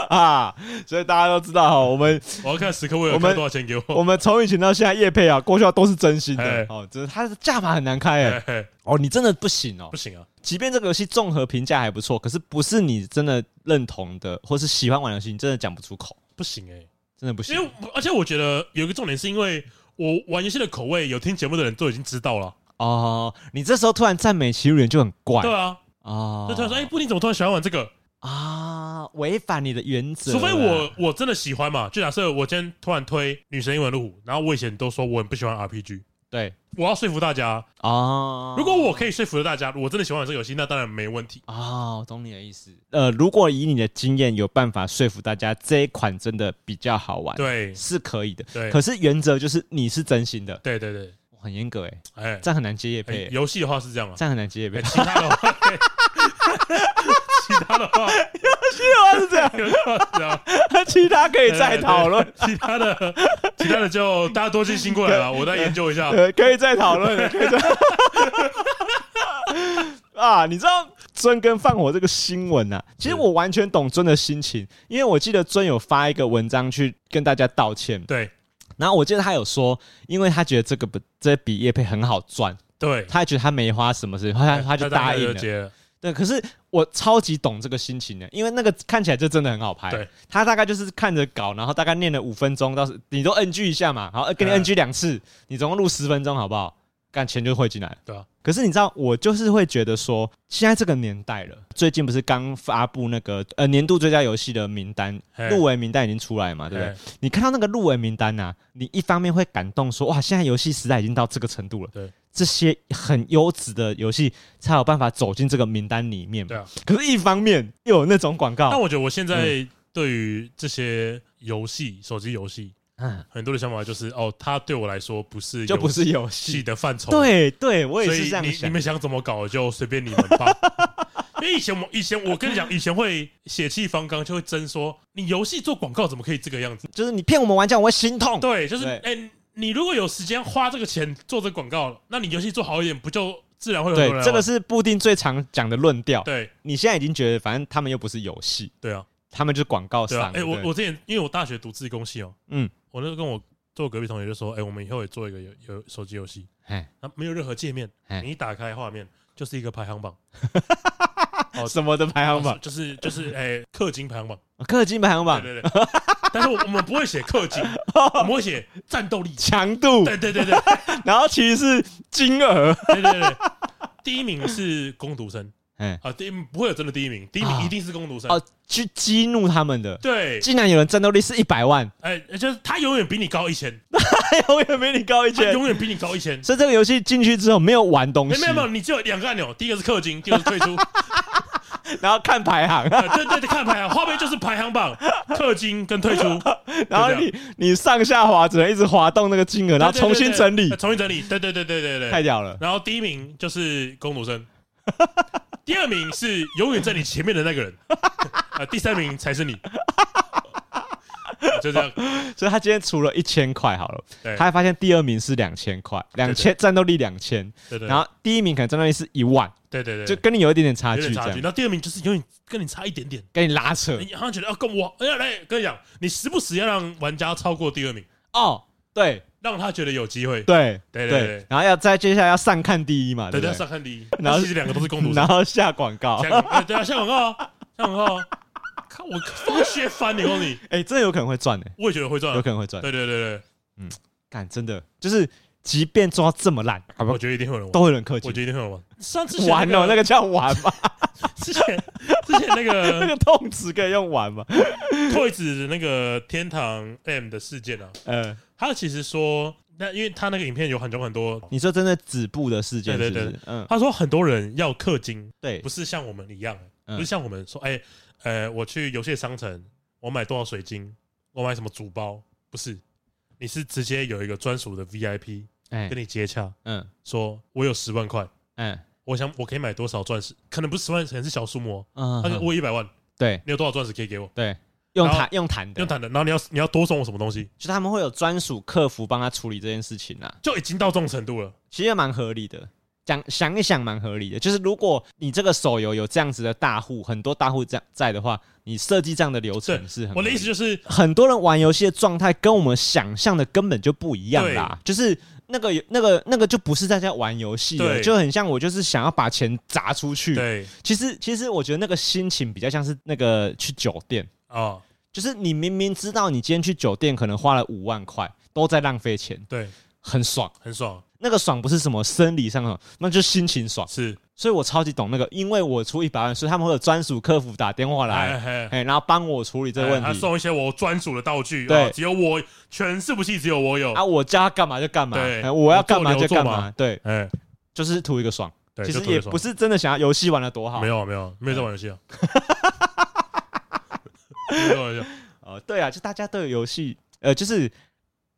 A: 啊！ 所以大家都知道哈，我 们
B: 我要看时刻为
A: 我
B: 了
A: 们
B: 看多少钱给
A: 我
B: 我。
A: 们从以前到现在，叶配啊，郭笑都是真心的
B: 哎
A: 哦，只是他的价码很难开 哎
B: 嘿。嘿
A: 哦，你真的不行哦
B: 不。行啊，
A: 即便这个游戏综合评价还不错，可是不是你真的认同的，或是喜欢玩的游戏，你真的讲不出口，
B: 不行哎、
A: 真的不行
B: 因为我而且我觉得有一个重点是因为我玩游戏的口味，有听节目的人都已经知道了。
A: 哦。你这时候突然赞美《奇遇人》就很怪
B: 对啊，
A: 哦，
B: 就突然说，哎，布丁怎么突然喜欢玩这个？
A: 啊，违反你的原则，
B: 除非我我真的喜欢嘛，就假设我今天突然推《女神异闻录五》，然后我以前都说我很不喜欢 RPG，
A: 对
B: 我要说服大家，
A: 哦，
B: 如果我可以说服了大家，我真的喜欢玩这个游戏，那当然没问题。
A: 哦，我懂你的意思。呃，如果以你的经验有办法说服大家这一款真的比较好玩，，
B: 对
A: 是可以的。
B: 对
A: 哎可是原则就是你是真心的，
B: 对对对，
A: 哇很严格哎、
B: 哎
A: 这，样很难接业
B: 哎
A: 配、欸，
B: 游戏的话是这样啊，
A: 这样很难接业配。
B: 哎 其他的话，其他
A: 对啊，
B: 的话，
A: 是这 样，
B: 有的话是这样。
A: 其他可以再讨论，
B: 其他的，其他的就大家多寄信过来吧，我再研究一下。
A: 呃，可以再讨论，可以再。 啊，你知道尊跟放火这个新闻啊？其实
B: 是
A: 我完全懂尊的心情，因为我记得尊有发一个文章去跟大家道歉，
B: 对
A: 然后我记得他有说，因为他觉得这个不这笔业配很好赚，
B: 对，
A: 他还觉得他没花什么事，后来他就答应
B: 就
A: 了。
B: 接了。
A: 对，可是我超级懂这个心情的，因为那个看起来就真的很好拍。
B: 对，
A: 他大概就是看着稿，然后大概念了五分钟，到时你都 NG 一下嘛，好，呃给你
B: 嗯
A: NG 两次，你总共录十分钟，好不好？干钱就会进来了。
B: 对啊，
A: 可是你知道，我就是会觉得说，现在这个年代了，最近不是刚发布那个呃年度最佳游戏的名单，
B: 嘿
A: 入围名单已经出来嘛，啊对不哦对
B: 嘿？
A: 你看到那个入围名单啊，你一方面会感动说，哇，现在游戏时代已经到这个程度了，
B: 对，
A: 这些很优质的游戏才有办法走进这个名单里面嘛
B: 对啊。
A: 可是，一方面又有那种广
B: 但
A: 告，
B: 我觉得我现
A: 嗯
B: 在对于这些游戏、手机游戏，
A: 嗯，
B: 很多的想法就是，哦，它对我来说不是
A: 就不是游
B: 游戏
A: 戏。
B: 的范畴。，
A: 对对，我也
B: 所
A: 是
B: 以
A: 这样
B: 你你
A: 想
B: 们。想怎么搞就随便你们 吧。因为以前我以前我跟你讲，以前会血气方刚，就会争说你游戏做广告怎么可以这个样子？
A: 就是你骗我们玩家，我会心痛。
B: 对，就是
A: 对
B: 哎、你如果有时间花这个钱做这广告，那你游戏做好一点，不就自然会有很
A: 对
B: 多人，来
A: 这个
B: 玩
A: 是布丁最常讲的论调。
B: 对
A: 你现在已经觉得，反正他们又不是游戏，
B: 对啊，
A: 他们就是广告
B: 对
A: 商。。
B: 啊哎、我
A: 对
B: 我之前因为我大学读自工系哦，
A: 嗯，
B: 我那时候跟我做隔壁同学就说，哎、我们以后也做一个有有手机游戏，
A: 哎，
B: 那没有任何界面
A: 哎，
B: 你一打开画面就是一个排行榜，哦
A: 什么的排行榜，
B: 就是就是哎氪金排行榜，
A: 氪金排行榜，
B: 对对对， 但是我我们不会写 氪金，我们会写战斗力。
A: 强度，
B: 对对对对
A: 然后其实是金额。
B: 对对对对，第一名是攻读生
A: 哎，
B: 啊，第一不会有真的第一名，第一
A: 啊
B: 名一定是攻读生。
A: 哦，去激怒他们的。
B: 对，
A: 竟然有人战斗力是一百万， 哎
B: 哎，就是他永远比你高一千，
A: 他永远比你高一
B: 他
A: 千。
B: 永远比你高一 千。
A: 所以这个游戏进去之后没有玩东
B: 没
A: 西，
B: 啊没有没有，你只有两个按钮，第一个是氪金，第二个是退 出。
A: 然后看排 行，
B: 啊对对对，看排行，画面就是排行榜，氪金跟退出，
A: 然后你你上下滑只能一直滑动那个金 额，然后
B: 对对对
A: 重新
B: 对
A: 整理
B: 呃，重新整理。对对对对对
A: 太
B: 对。
A: 屌了。
B: 然后第一名就是公读生，第二名是永远在你前面的那个人， 啊，第三名才是你。啊就这样，
A: 所以他今天除了一千块好了，
B: 对
A: 他还发现第二名是两千块，两千战斗力两千，
B: 对对，
A: 然后第一名可能战斗力是一万，
B: 对对对，
A: 就跟你有一点点差
B: 有
A: 距，
B: 点
A: 这
B: 差距。
A: 样
B: 然后第二名就是永远跟你差一点点，
A: 跟你拉扯。
B: 你好像觉得要跟我，哎呀来跟你讲，你时不时要让玩家超过第二名，
A: 哦，对
B: 让他觉得有机会。
A: 对
B: 对对对，
A: 然后要再接下来要上看第一嘛，对
B: 对，
A: 不
B: 要
A: 对？
B: 上看第一，
A: 然后
B: 那其实两个都是公读 生
A: 然。后下广告，
B: 下广告，哎对啊，下广告啊，下广告啊，看我疯削翻哦你，我告诉你，
A: 哎，真的有可能会赚的，
B: 我也觉得会赚
A: 有
B: 啊，
A: 可能会赚
B: 对。对对对，
A: 干，真的就是即便做到这么烂，好吧
B: 我，觉得一定会有人玩，
A: 都会有人氪
B: 我
A: 金。
B: 觉得一定会有人玩。 上次
A: 玩哦，那
B: 个
A: 个叫玩吧，
B: 之前之前 那
A: 那
B: 个
A: 个动词可以用玩嘛？
B: 惠子那个天堂 M 的事件啊，
A: 呃，
B: 他其实说，那因为他那个影片有很多很多，
A: 你说真的止步的事件
B: 对
A: 是
B: 对
A: 不
B: 对
A: 是？嗯，
B: 他说很多人要氪金，
A: 对
B: 不，是像我们一样，
A: 嗯
B: 不是像我们说，哎、呃，我去游戏商城，我买多少水晶，我买什么主包，不是，你是直接有一个专属的 VIP
A: 哎
B: 跟，你接洽，
A: 嗯
B: 说我有十万块，
A: 嗯
B: 我想我可以买多少钻石，可能不是十万，可能是小数目哦，他说
A: 嗯，
B: 我一百万，
A: 对
B: 你有多少钻石可以给我？
A: 对，用
B: 然后
A: 谈用谈的
B: 用，谈的，然后你要你要多送我什么东西，
A: 就他们会有专属客服帮他处理这件事情啦，
B: 就已经到这种程度了。
A: 其实也蛮合理的。讲想一想，蛮合理的。就是如果你这个手游有这样子的大户，很多大户在在的话，你设计这样的流程
B: 对
A: 是很
B: 我的意
A: 合
B: 思
A: 理
B: 就是，
A: 很多人玩游戏的状态跟我们想象的根本就不一样啦，就是那个那个那个就不是大家玩游戏了，
B: 对
A: 就很像我就是想要把钱砸出去。
B: 对
A: 其实其实我觉得那个心情比较像是那个去酒店，
B: 啊，
A: 就是你明明知道你今天去酒店可能花了五万块，都在浪费钱，
B: 对，
A: 很爽。
B: 很爽，
A: 那个爽不是什么生理上的爽，那就心情爽。
B: 是
A: 所以我超级懂那个，因为我出一百万，所以他们会有专属客服打电话来，
B: 来
A: 哎，然后帮我处理这个问
B: 哎他
A: 题。
B: 送一些我专属的道具，
A: 对
B: 哦只有我全伺服器只有我有，
A: 啊，我叫他干嘛就干嘛，
B: 哦对
A: 哎我要干嘛
B: 我
A: 就
B: 做
A: 干
B: 牛做
A: 嘛，
B: 马
A: 对，
B: 哎，
A: 就是图一个爽。
B: 对，
A: 其
B: 就
A: 实
B: 特别
A: 也
B: 爽
A: 不是真的想要游戏玩的多好，哎
B: 没有啊没有啊没有在玩游戏啊，没有在玩游戏 啊，
A: 呃，对啊，就大家都有游戏，呃，就是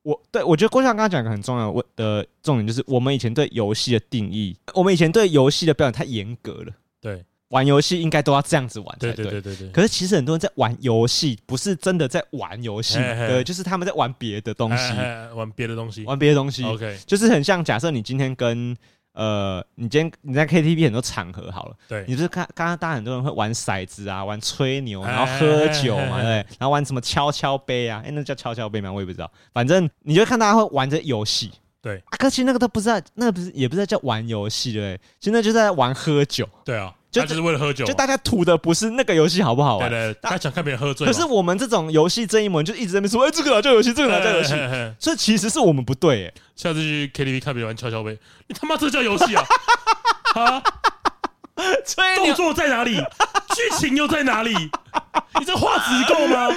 A: 我对我觉得郭校长刚刚讲一个很重要的问的重点，就是我们以前对游戏的定义，我们以前对游戏的标准太严格了，
B: 对
A: 玩游戏应该都要这样子玩才
B: 对对对对对，
A: 可是其实很多人在玩游戏，不是真的在玩游戏，
B: 嘿嘿
A: 对，就是他们在玩别的东西，
B: 哎哎玩别的东西
A: 玩别的东西，
B: ，OK，
A: 就是很像假设你今天跟呃，你今天你在 KTV 很多场合好了，
B: 对
A: 你不是看刚刚大家很多人会玩骰子啊，玩吹牛，
B: 哎
A: 然后喝酒嘛，
B: 哎哎哎
A: 对，然后玩什么敲敲杯啊，哎、那叫敲敲杯吗？我也不知道，反正你就看大家会玩这游戏。
B: 对
A: 啊，可其实那个都不是在，那个不是也不是在叫玩游戏，对不对？其实那就是在玩喝酒，
B: 对啊，
A: 就
B: 他就是为了喝酒嘛，
A: 就大家图的不是那个游戏好不好
B: 对
A: 玩。
B: 对，他想看别人喝醉
A: 可
B: 嘛，
A: 是我们这种游戏这一门就一直在那边说，哎、这个哪叫游戏，这个哪叫游戏
B: 哎，哎哎哎
A: 所以其实是我们不对、 哎。
B: 下次去 KTV 看别人玩跷跷杯，你他妈这叫游戏啊？啊，
A: 吹
B: 动
A: 牛
B: 作在 哪里？剧情又在哪里？你这画质 够吗？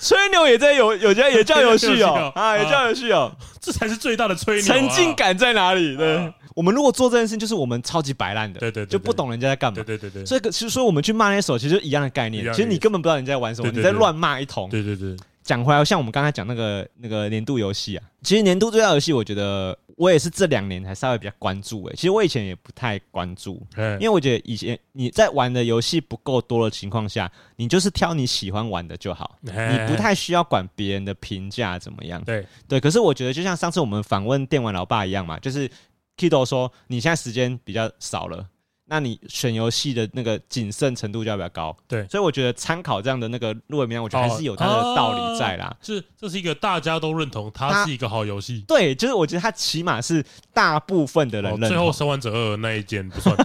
A: 吹牛也在有有家也叫游戏
B: 游戏
A: 哦
B: 哦，
A: 啊，也叫游戏哦，
B: 这才是最大的吹牛啊，
A: 沉浸感在哪里？对
B: 啊，
A: 我们如果做这件事，就是我们超级白烂的，
B: 对，对对对，
A: 就不懂人家在干嘛
B: 对，。对对对，
A: 这个其实，所以我们去骂那些手，其实就一样的概念
B: 一。样
A: 其实你根本不知道你在玩什么，
B: 对对
A: 你
B: 对
A: 在乱骂一通。
B: 对对对，
A: 讲回来，像我们刚才讲那个那个年度游戏啊，其实年度最佳游戏，我觉得我也是这两年才稍微比较关注。欸诶，其实我以前也不太关注，
B: 哎
A: 因，为我觉得以前你在玩的游戏不够多的情况下，你就是挑你喜欢玩的就好，
B: 你
A: 你不太需要管别人的评价怎么样。
B: 对
A: 对，可是我觉得就像上次我们访问电玩老爸一样嘛，就是 Kido 说你现在时间比较少了，那你选游戏的那个谨慎程度就要比较高。
B: 对
A: 所以我觉得参考这样的那个入围名单，我觉得还是有它的道理在啦。
B: 是这是一个大家都认同，它是一个好游戏。
A: 对，就是我觉得它起码是大部分的人
B: 哦，
A: 认
B: 最
A: 同。
B: 后《生还者二》那一件 不算，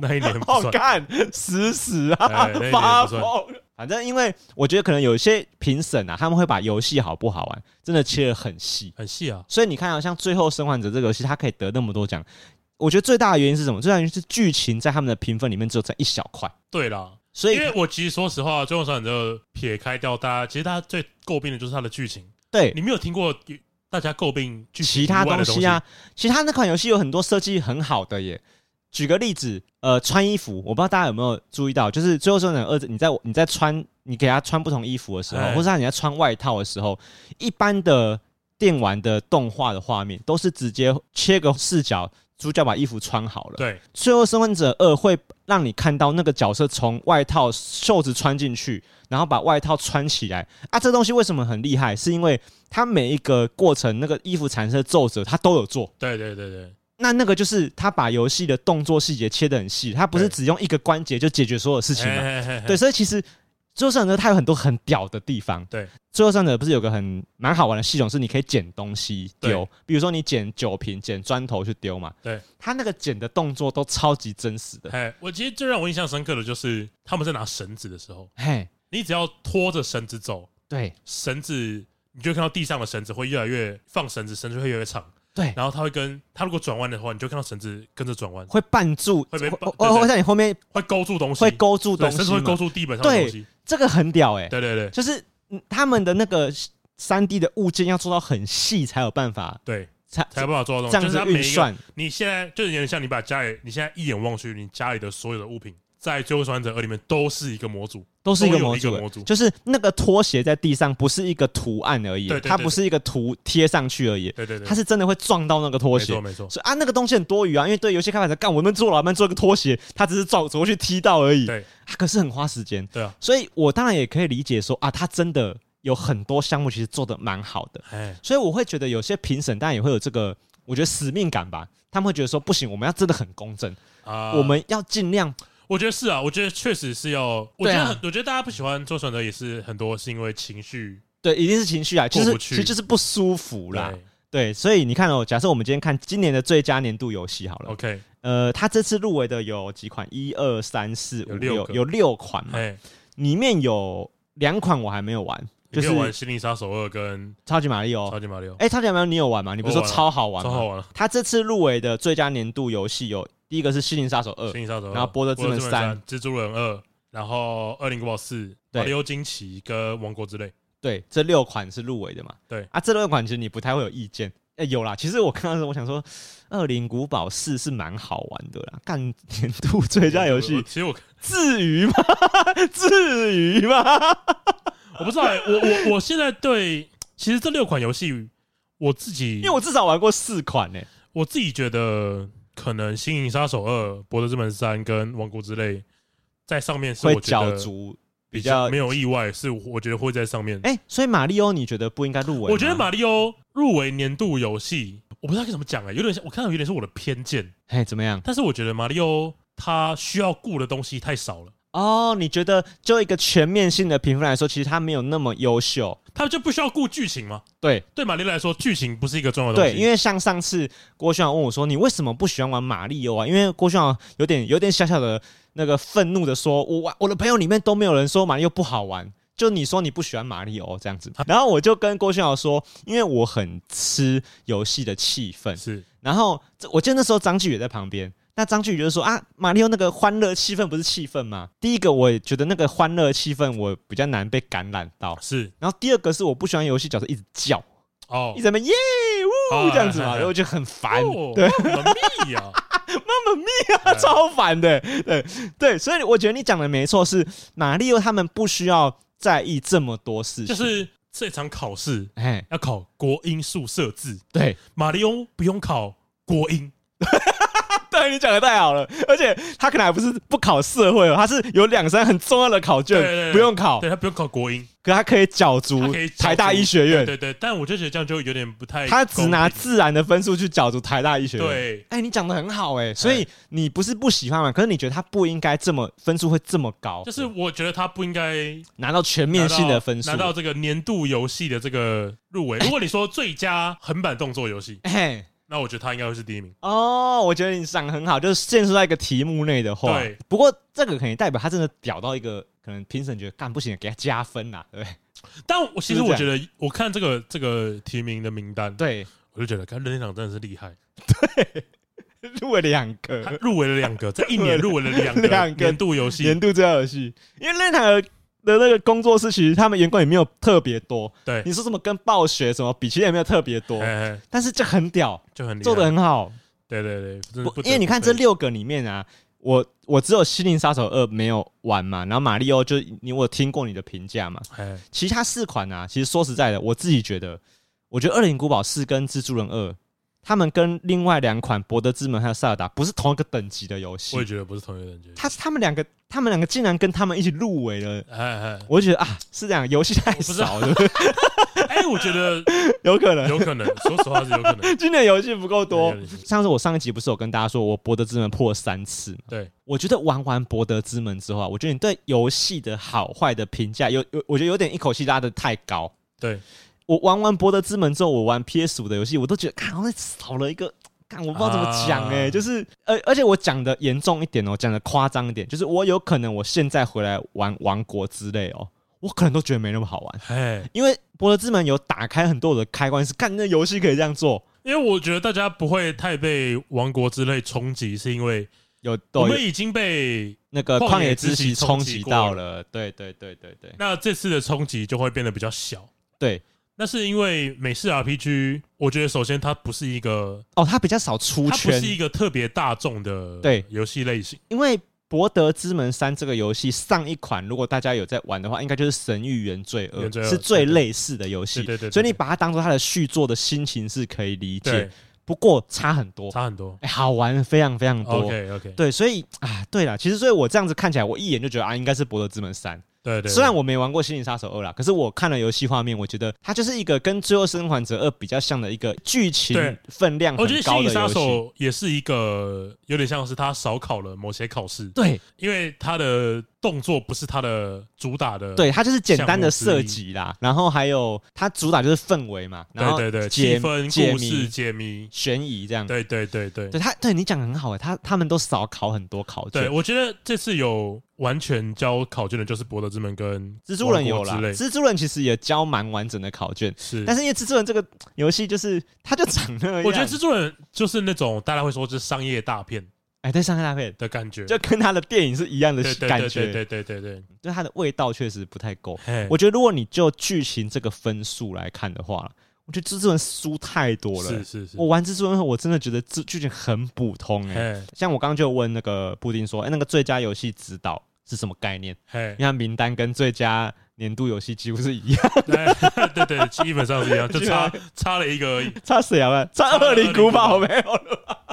B: 那一年不
A: 好
B: 算。
A: 看，哦死死啊
B: 哎那一点也，不
A: 发疯
B: 算。
A: 反正因为我觉得可能有一些评审啊，他们会把游戏好不好玩真的切得很细，
B: 很细啊，
A: 所以你看啊，像《最后生还者》这个游戏，它可以得那么多奖，我觉得最大的原因是什么？最大的原因是剧情在他们的评分里面只有占一小块，
B: 对啦，
A: 所以
B: 因为我其实说实话，《最后生还者二》撇开掉大家，其实大家最诟病的就是它的剧情。
A: 对
B: 你没有听过大家诟病剧情
A: 其他
B: 以外的
A: 东
B: 东
A: 西啊，，其他那款游戏有很多设计很好的耶。举个例子，呃，穿衣服，我不知道大家有没有注意到，就是《最后生还者二》，你在你在穿你给他穿不同衣服的时候，
B: 哎
A: 或是让你在穿外套的时候，一般的电玩的动画的画面都是直接切个视角，主角把衣服穿好了。
B: 对
A: 《最后生还者二》会让你看到那个角色从外套袖子穿进去，然后把外套穿起来啊。这东西为什么很厉害？是因为它每一个过程，那个衣服产生的皱褶，它都有做。
B: 对对对对
A: 那那个就是他把游戏的动作细节切得很细，他不是
B: 对
A: 只用一个关节就解决所有事
B: 对，
A: 情嘛？
B: 嘿嘿嘿
A: 对，所以其实《最后生还者》它有很多很屌的地方。
B: 对
A: 最后生者不是有个很蛮好玩的系统，是你可以捡东西丢
B: 对，
A: 比如说你捡酒瓶、捡砖头去丢嘛。
B: 对，
A: 他那个捡的动作都超级真实的。
B: 哎，我其实最让我印象深刻的就是他们在拿绳子的时候，
A: 嘿，
B: 你只要拖着绳子走，
A: 对
B: 绳子你就会看到地上的绳子会越来越放绳子，绳子会越来越长，
A: 对，
B: 然后它会跟它如果转弯的话，你就看到绳子跟着转弯，
A: 会绊住，
B: 会被
A: 会
B: 对对
A: 会在你后面
B: 会勾住东西，
A: 会勾住
B: 对
A: 东西
B: 甚至会勾
A: 嘛，
B: 住地板上的东西。
A: 这个很屌哎、
B: 对对对
A: 就是嗯他们的那个三 D 的物件要做到很细才有办法，
B: 对，
A: 才
B: 才有办法做到
A: 这
B: 这种，
A: 样
B: 就是
A: 子
B: 它每
A: 运
B: 一个
A: 算。
B: 你现在就是有点像你把家里，你现在一眼望去，你家里的所有的物品在《最后生还者二》里面都是一个模组，
A: 都是一个
B: 都有
A: 模
B: 一个
A: 组
B: 模
A: 欸
B: 组，
A: 就是那个拖鞋在地上不是一个图案而已
B: 对对，对
A: 它不是一个图贴上去而已，
B: 对对对，
A: 它是真的会撞到那个拖
B: 没
A: 鞋
B: 错。没错，
A: 所以啊，那个东西很多余啊，因为对游戏开发者干，我们做了，我们做一个拖鞋，他只是走走过去踢到而已，
B: 对
A: 啊可是很花时间，
B: 对啊，
A: 所以我当然也可以理解说啊，他真的有很多项目其实做的蛮好的，
B: 哎，
A: 所以我会觉得有些评审当然也会有这个，我觉得使命感吧，他们会觉得说不行，我们要真的很公正，
B: 啊
A: 我们要尽量
B: 我觉得是啊，我觉得确实是要，我
A: 对
B: 觉
A: 啊
B: 得很我觉得大家不喜欢做选择也是很多是因为情绪
A: 对，一定是情绪啊，就
B: 过
A: 是
B: 不去
A: 其实就是不舒服啦，
B: 对
A: 对，所以你看哦，假设我们今天看今年的最佳年度游戏好了，
B: ，OK，
A: 呃，它这次入围的有几款？一二三四五
B: 有六
A: 六，
B: 个
A: 有六款嘛，
B: 哎，
A: 里面有两款我还没有玩，
B: 你
A: 就
B: 可以
A: 是
B: 玩《心灵杀手二》跟
A: 超级马里
B: 《超
A: 奥。
B: 级马里奥》，
A: 哎、超级马里奥你有玩吗？你不是说
B: 我玩了
A: 超好玩
B: 超
A: 吗？
B: 好玩了，
A: 它这次入围的最佳年度游戏有第一个是《心灵杀手二
B: 《心》，灵杀手二》，
A: 然后波德之门三
B: 波三，《蜘蛛人二》，然后《二零古堡四》，
A: 对
B: 马里奥惊奇跟《王国之泪》，
A: 对，这六款是入围的嘛？
B: 对
A: 啊，这六款其实你不太会有意见。哎、有啦，其实我看到的时候，我想说，《恶灵古堡四》是蛮好玩的啦，干年度最佳游
B: 我
A: 戏，
B: 其实我
A: 至于吗？ 至于吗？
B: 我不知道欸，我我我现在对，其实这六款游戏我自己，
A: 因为我至少玩过四款欸呢、
B: 我自己觉得，可能《心灵杀手二》《博德之门三》跟《王国之泪》在上面是
A: 会
B: 我觉
A: 角
B: 得
A: 逐比
B: 比
A: 较
B: 较没有意外，是我觉得会在上面。
A: 哎、所以马里奥你觉得不应该入围吗？
B: 我觉得马里奥入围年度游戏，我不知道该怎么讲哎、有点像我看到有点是我的偏见，
A: 哎怎么样？
B: 但是我觉得马里奥他需要顾的东西太少了，
A: 哦，你觉得就一个全面性的评分来说，其实他没有那么优秀。
B: 他就不需要顾剧情吗？
A: 对
B: 对马里奥来说，剧情不是一个重要的东
A: 对，
B: 西。
A: 因为像上次郭轩问我说，你为什么不喜欢玩马里奥啊？因为郭轩有点有点小小的那个愤怒的说，我玩我的朋友里面都没有人说马里奥不好玩。就你说你不喜欢马里奥这样子，然后我就跟郭轩豪说，因为我很吃游戏的气氛，
B: 是
A: 然后这我记得那时候张继宇也在旁边，那张继宇就说啊，马里奥那个欢乐气氛不是气氛吗？第一个我也觉得那个欢乐气氛我比较难被感染到，
B: 是
A: 然后第二个是我不喜欢游戏角色一直叫，
B: 哦
A: 一直，在那边耶
B: 哦
A: 呜这样子
B: 哎哎
A: 嘛，
B: 哎
A: 然后我就很烦，
B: 对，妈咪呀，
A: 那么
B: 哎
A: 密啊， 超烦的，对对，所以我觉得你讲的没错，是马里奥他们不需要在意这么多事情，
B: 就是这场考试
A: 哎
B: 要考国音数设置，
A: 对。
B: 马里奥不用考国音，
A: 对你讲的太好了，而且他可能还不是不考社会哦，他是有两三很重要的考卷
B: 对对对
A: 不用考，
B: 对他不用考国音，
A: 可他可以角
B: 他
A: 逐
B: 可以角逐
A: 台大医学院，
B: 对对，但我就觉得这样就有点不太公平，
A: 他只拿自然的分数去角逐台大医学院。，
B: 对
A: 哎，你讲的很好哎、所以你不是不喜欢嘛？可是你觉得他不应该这么分数会这么高，
B: 就是我觉得他不应该
A: 拿到全面性的分数
B: 拿。到这个年度游戏的这个入围。如果你说最佳横版动作游戏，
A: 哎，
B: 那我觉得他应该会是第一名。
A: 哦，我觉得你想得很好，就是限缩在一个题目内的话
B: 对。
A: 不过这个可能代表他真的屌到一个，可能评审觉得干不行，给他加分啦， 对不
B: 但我其实
A: 是不
B: 我
A: 是
B: 觉得，我看这个这个提名的名单，
A: 对？
B: 我就觉得，看任天堂真的是厉害，
A: 对，入了两个，
B: 他入围了两个，在一年入围了两个
A: 两个
B: 年度游戏，
A: 年度最佳游戏，因为任天堂的那个工作室其实他们员工也没有特别多，
B: 对
A: 你说什么跟暴雪什么比，其实也没有特别多，
B: 哎，哎
A: 但是这很屌，
B: 就很厉害
A: 做的很好。
B: 对对对，真的
A: 不
B: 不得
A: 因为你看这
B: 不
A: 六个里面啊，我我只有《心灵杀手二》没有玩嘛，然后《马里奥》就你我有听过你的评价嘛，
B: 佩哎，
A: 其他四款啊，其实说实在的，我自己觉得，我觉得《恶灵古堡四》跟《蜘蛛人二》。他们跟另外两款《博德之门》还有《塞尔达》不是同一个等级的游戏
B: 我也，觉得不是同一个感觉。
A: 他他们两个，他们两个竟然跟他们一起入围了
B: 哎哎
A: 我就觉得啊，是这样，游戏太
B: 不知道
A: 少了，对不对
B: 哎，我觉得
A: 有可能
B: 有可能，说实话是有可能。哎
A: 今年游戏不够 多
B: 有。点
A: 上次我上一集不是有跟大家说，我博德之门破了三次嘛？
B: 对，
A: 我觉得玩完博德之门之后啊，我觉得你对游戏的好坏的评价有有，我觉得有点一口气拉的太高。
B: 对，
A: 我玩完博德之门之后，我玩 PS 五的游戏，我都觉得，看，好像少了一个。看，我不知道怎么讲哎、
B: 啊
A: 就是，而而且我讲的严重一点哦、讲的夸张一点，就是我有可能我现在回来玩王国之类哦、我可能都觉得没那么好玩，
B: 哎，
A: 因为《博德之门》有打开很多我的开关，是看那游戏可以这样做，
B: 因为我觉得大家不会太被《王国之泪》冲击，是因为
A: 有
B: 我
A: 都有
B: 们已经被
A: 那个
B: 旷
A: 旷
B: 野
A: 野
B: 之
A: 之
B: 息
A: 息
B: 冲
A: 冲
B: 击
A: 击
B: 过
A: 到了，对对对对对
B: 那这次的冲击就会变得比较小。
A: 对。
B: 那是因为美式 RPG，我觉得首先它不是一个，
A: 哦，它比较少出
B: 它不
A: 圈
B: 是，一个特别大众的
A: 对
B: 游戏类型。
A: 因为《博德之门三》这个游戏上一款，如果大家有在玩的话，应该就是《神域原罪二
B: 原罪》，二
A: 是最类似的游戏
B: 对。对对，对
A: 所以你把它当做它的续作的心情是可以理解
B: 对，
A: 不过差很多，
B: 差很多。
A: 哎、好玩非常非常多。
B: OK OK，
A: 对，所以啊，对了，其实所以我这样子看起来，我一眼就觉得啊，应该是《博德之门三》。
B: 对对，
A: 虽然我没玩过《心灵杀手二》啦，可是我看了游戏画面，我觉得它就是一个跟《最后生还者二》比较像的一个剧情
B: 对
A: 分量
B: 我觉得
A: 很
B: 《心
A: 高
B: 灵
A: 的
B: 杀
A: 游戏。
B: 手》也是一个有点像是他少考了某些考试，
A: 对
B: 因为他的动作不是他的主打的，
A: 对，它就是简单的
B: 呃项目
A: 设
B: 之一
A: 计啦，然后还有它主打就是氛围嘛，然
B: 对
A: 后
B: 对对，
A: 解
B: 气氛、
A: 解
B: 故事、
A: 谜、
B: 解谜，
A: 悬疑这样。
B: 对对对对
A: 对，它对你讲得很好诶，他他们都少考很多考
B: 对，
A: 卷。
B: 我觉得这次有完全交考卷的就是《博德之门》跟《
A: 蜘蛛人有
B: 王国
A: 啦
B: 之，类，
A: 蜘蛛人其实也教蛮完整的考卷，
B: 是，
A: 但是因为蜘蛛人这个游戏就是它就长那样，
B: 我觉得蜘蛛人就是那种大家会说是商业大片
A: 哎，对上海大片
B: 的感觉，
A: 就跟他的电影是一样的
B: 对对
A: 感
B: 对对
A: 觉，嗯
B: 对对对对，
A: 就它的味道确实不太够。
B: 嘿
A: 我觉得如果你就剧情这个分数来看的话，我觉得蜘蛛人输太多了
B: 是
A: 欸。
B: 是是
A: 我，玩蜘蛛人后，我真的觉得这剧情很普通哎、
B: 嘿
A: 像我刚刚就问那个布丁说，哎、那个最佳游戏指导是什么概念？
B: 嘿
A: 因为，它名单跟最佳年度游戏几乎是一样，
B: 对对对，基本上是 一样，就差差了一个而已。
A: 差谁啊？差
B: 差
A: 二零
B: 20
A: 古堡
B: 古堡
A: 没有了。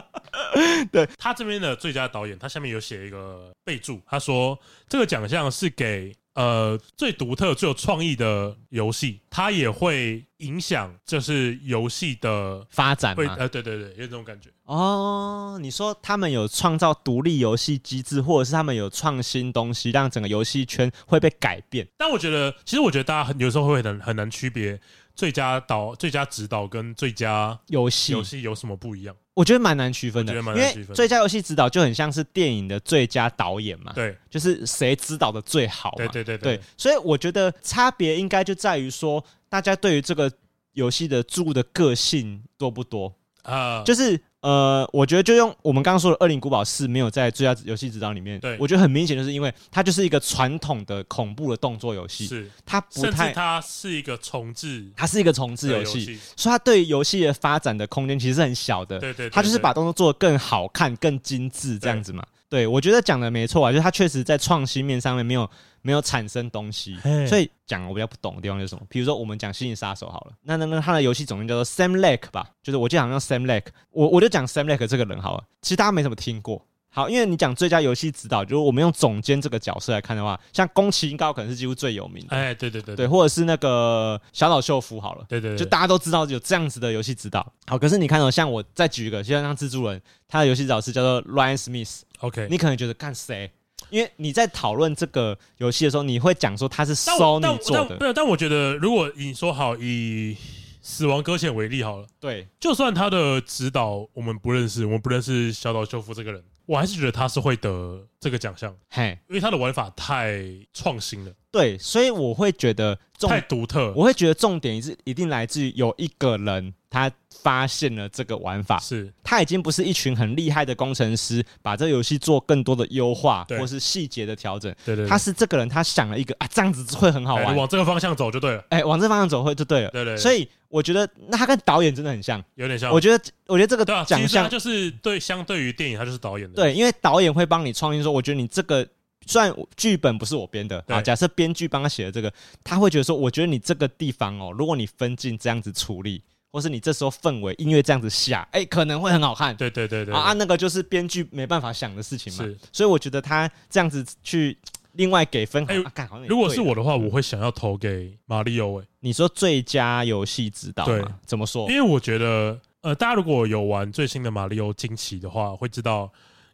B: 他这边的最佳导演，他下面有写一个备注，他说这个奖项是给呃最独特、最有创意的游戏，它也会影响就是游戏的
A: 发展
B: 会
A: 嘛？
B: 呃，对对对，有这种感觉，
A: 哦，你说他们有创造独立游戏机制，或者是他们有创新东西，让整个游戏圈会被改变？
B: 但我觉得，其实我觉得大家很有时候会很很难区别最佳导、最佳指导跟最佳
A: 游戏
B: 游戏有什么不一样。
A: 我觉得蛮难区分的，
B: 我觉得
A: 因
B: 蛮难区分
A: 为
B: 的
A: 最佳游戏指导就很像是电影的最佳导演嘛，
B: 对
A: 就是谁指导的最啊好嘛，
B: 对对对
A: 对，所以我觉得差别应该就在于说，大家对于这个游戏的注入的个性多不多，
B: 啊，
A: 就是。呃，我觉得就用我们刚刚说的《恶灵古堡四》没有在最佳游戏指导里面，
B: 对
A: 我觉得很明显，就是因为它就是一个传统的恐怖的动作游戏，
B: 是，
A: 它不
B: 甚
A: 太
B: 至，它是一个重置
A: 它是一个重
B: 的
A: 置游戏，，所以它对于游戏的发展的空间其实是很小的。
B: 对对，对
A: 他就是
B: 对
A: 把动作做得更好看、更精致这样子嘛。对，我觉得讲的没错啊，就是他确实在创新面上面没有没有产生东西
B: 嘿，
A: 所以讲我比较不懂的地方就是什么？比如说我们讲《心灵杀手》好了，那那那他的游戏总名叫做 Sam Lake 吧，就是我记得好像叫 Sam Lake，我我就讲 Sam Lake 这个人好了，其实大家没怎么听过。好，因为你讲最佳游戏指导，就是我们用总监这个角色来看的话，像宫崎英高可能是几乎最有名的，
B: 哎，对对对
A: 对，或者是那个小岛秀夫好了。
B: 对对，
A: 就
B: 对
A: 大家都知道有这样子的游戏指导。好，可是你看到、像我再举一个，就像像蜘蛛人，他的游戏指导是叫做 Ryan Smith，
B: OK。
A: 你可能觉得干谁？因为你在讨论这个游戏的时候，你会讲说他是
B: 但我但
A: Sony
B: 我
A: 做
B: 但
A: 的，
B: 没有，但我觉得如果你说好以死亡搁浅为例好了，
A: 对，
B: 就算他的指导我们不认识，我们不认识小岛秀夫这个人，我还是觉得他是会得这个奖项，
A: 嘿，
B: 因为他的玩法太创新了，
A: 对，所以我会觉得重
B: 太，独特。
A: 我会觉得重点是一定来自于有一个人他发现了这个玩法，
B: 是
A: 他已经不是一群很厉害的工程师，把这个游戏做更多的优化
B: 对
A: 或是细节的调整，
B: 对对，对
A: 他是这个人他想了一个啊，这样子会很好
B: 哎
A: 玩
B: 你，往这个方向走就对了，
A: 哎、往这方向走会就对了。
B: 对对对
A: 所以我觉得那他跟导演真的很像。
B: 有点像
A: 我。觉得，我觉得这
B: 对啊，
A: 个
B: 其
A: 奖
B: 实他
A: 项
B: 就是对，相对于电影，他就是导演的。
A: 对，因为导演会帮你创新说，我觉得你这个虽然我剧本不是我编的
B: 对
A: 啊，假设编剧帮他写的这个，他会觉得说，我觉得你这个地方哦，如果你分镜这样子处理，或是你这时候氛围音乐这样子下，哎、可能会很好看。
B: 对对对对
A: 啊啊，
B: 对，
A: 那个就是编剧没办法想的事情嘛
B: 是。
A: 所以我觉得他这样子去另外给分，
B: 哎
A: 啊干好像也
B: 如果
A: 对
B: 是
A: 啦
B: 我的话，我会想要投给马里奥欸诶，
A: 你说最佳游戏指导
B: 对
A: 嘛，怎么说
B: 因？为我觉得呃，大家如果有玩最新的马里奥惊奇的话，会知道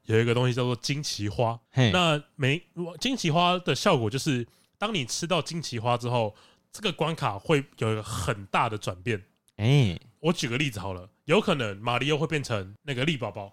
B: 有一个东西叫做惊奇花。
A: 嘿，
B: 那每惊奇花的效果就是，当你吃到惊奇花之后，这个关卡会有一个很大的转变。
A: 哎
B: 我举个例子好了，有可能马里奥会变成那个力宝宝，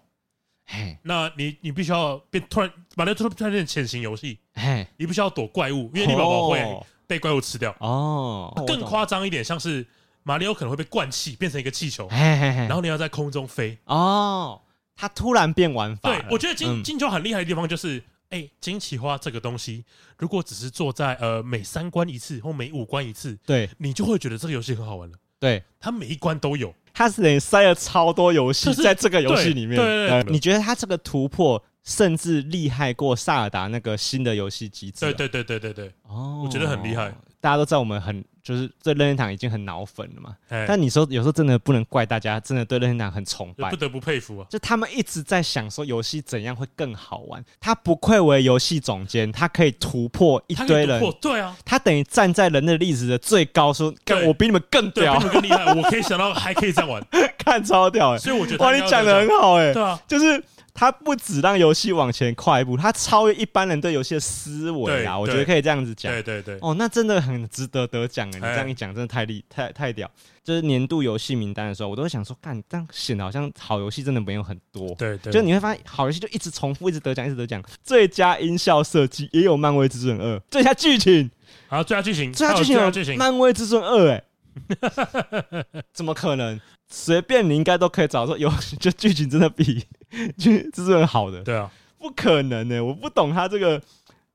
A: 嘿，
B: 那你你必须要变突然把那突然突然变成潜行游戏，
A: 嘿，
B: 你必须要躲怪物，因为力宝宝会
A: 哦
B: 被怪物吃掉。
A: 哦，我
B: 更
A: 懂，
B: 夸张一点，像是马里奥可能会被灌气变成一个气球，
A: 嘿嘿嘿，
B: 然后你要在空中飞。
A: 哦，他突然变玩法
B: 对
A: 了，，
B: 我觉得金
A: 嗯
B: 金球很厉害的地方就是，哎，金奇花这个东西，如果只是做在呃每三关一次或每五关一次，
A: 对
B: 你就会觉得这个游戏很好玩了。
A: 对，
B: 它每一关都有，
A: 他是连塞了超多游戏
B: 就是
A: 在这个游戏里面。
B: 对对对对
A: 你觉得他这个突破甚至厉害过萨尔达那个新的游戏机制？啊
B: 对，对对对对对，
A: 哦，
B: 我觉得很厉害。
A: 大家都知道我们很就是对任天堂已经很脑粉了嘛，
B: 哎，
A: 但你说有时候真的不能怪大家，真的对任天堂很崇拜
B: 不。得不佩服啊。
A: 就他们一直在想说游戏怎样会更好玩，他不愧为游戏总监，他可以突破一
B: 他可
A: 堆
B: 以突
A: 人，
B: 破，对啊，
A: 他等于站在人类历史的最高，说干
B: 对
A: 我比你们更
B: 对，比
A: 屌
B: 我，更厉害，我可以想到还可以这样 玩，
A: 看超屌哎、
B: 所以我觉得
A: 哇，你讲的很
B: 好，
A: 好哎、
B: 对啊，
A: 就是他不止让游戏往前跨一步，他超越一般人对游戏的思维啊，
B: 对
A: 我觉得可以这样子讲
B: 对。对对，
A: 哦，那真的很值得得奖哎！你
B: 哎
A: 这样一讲，真的太厉太太屌。就是年度游戏名单的时候，我都会想说，干，这样显得好像好游戏真的没有很多。
B: 对对，
A: 就你会发现，好游戏就一直重复，一直得奖，一直得奖。最佳音效设计也有《漫威之盾二》，最佳剧情
B: 好，最佳剧情，
A: 最佳
B: 还有
A: 剧情啊
B: 最佳
A: 有
B: 哦剧情，
A: 漫威之盾二》 哎，怎么可能？随便你应该都可以找出有，就剧情真的比剧之盾好的，
B: 对啊，
A: 不可能呢、我不懂他这个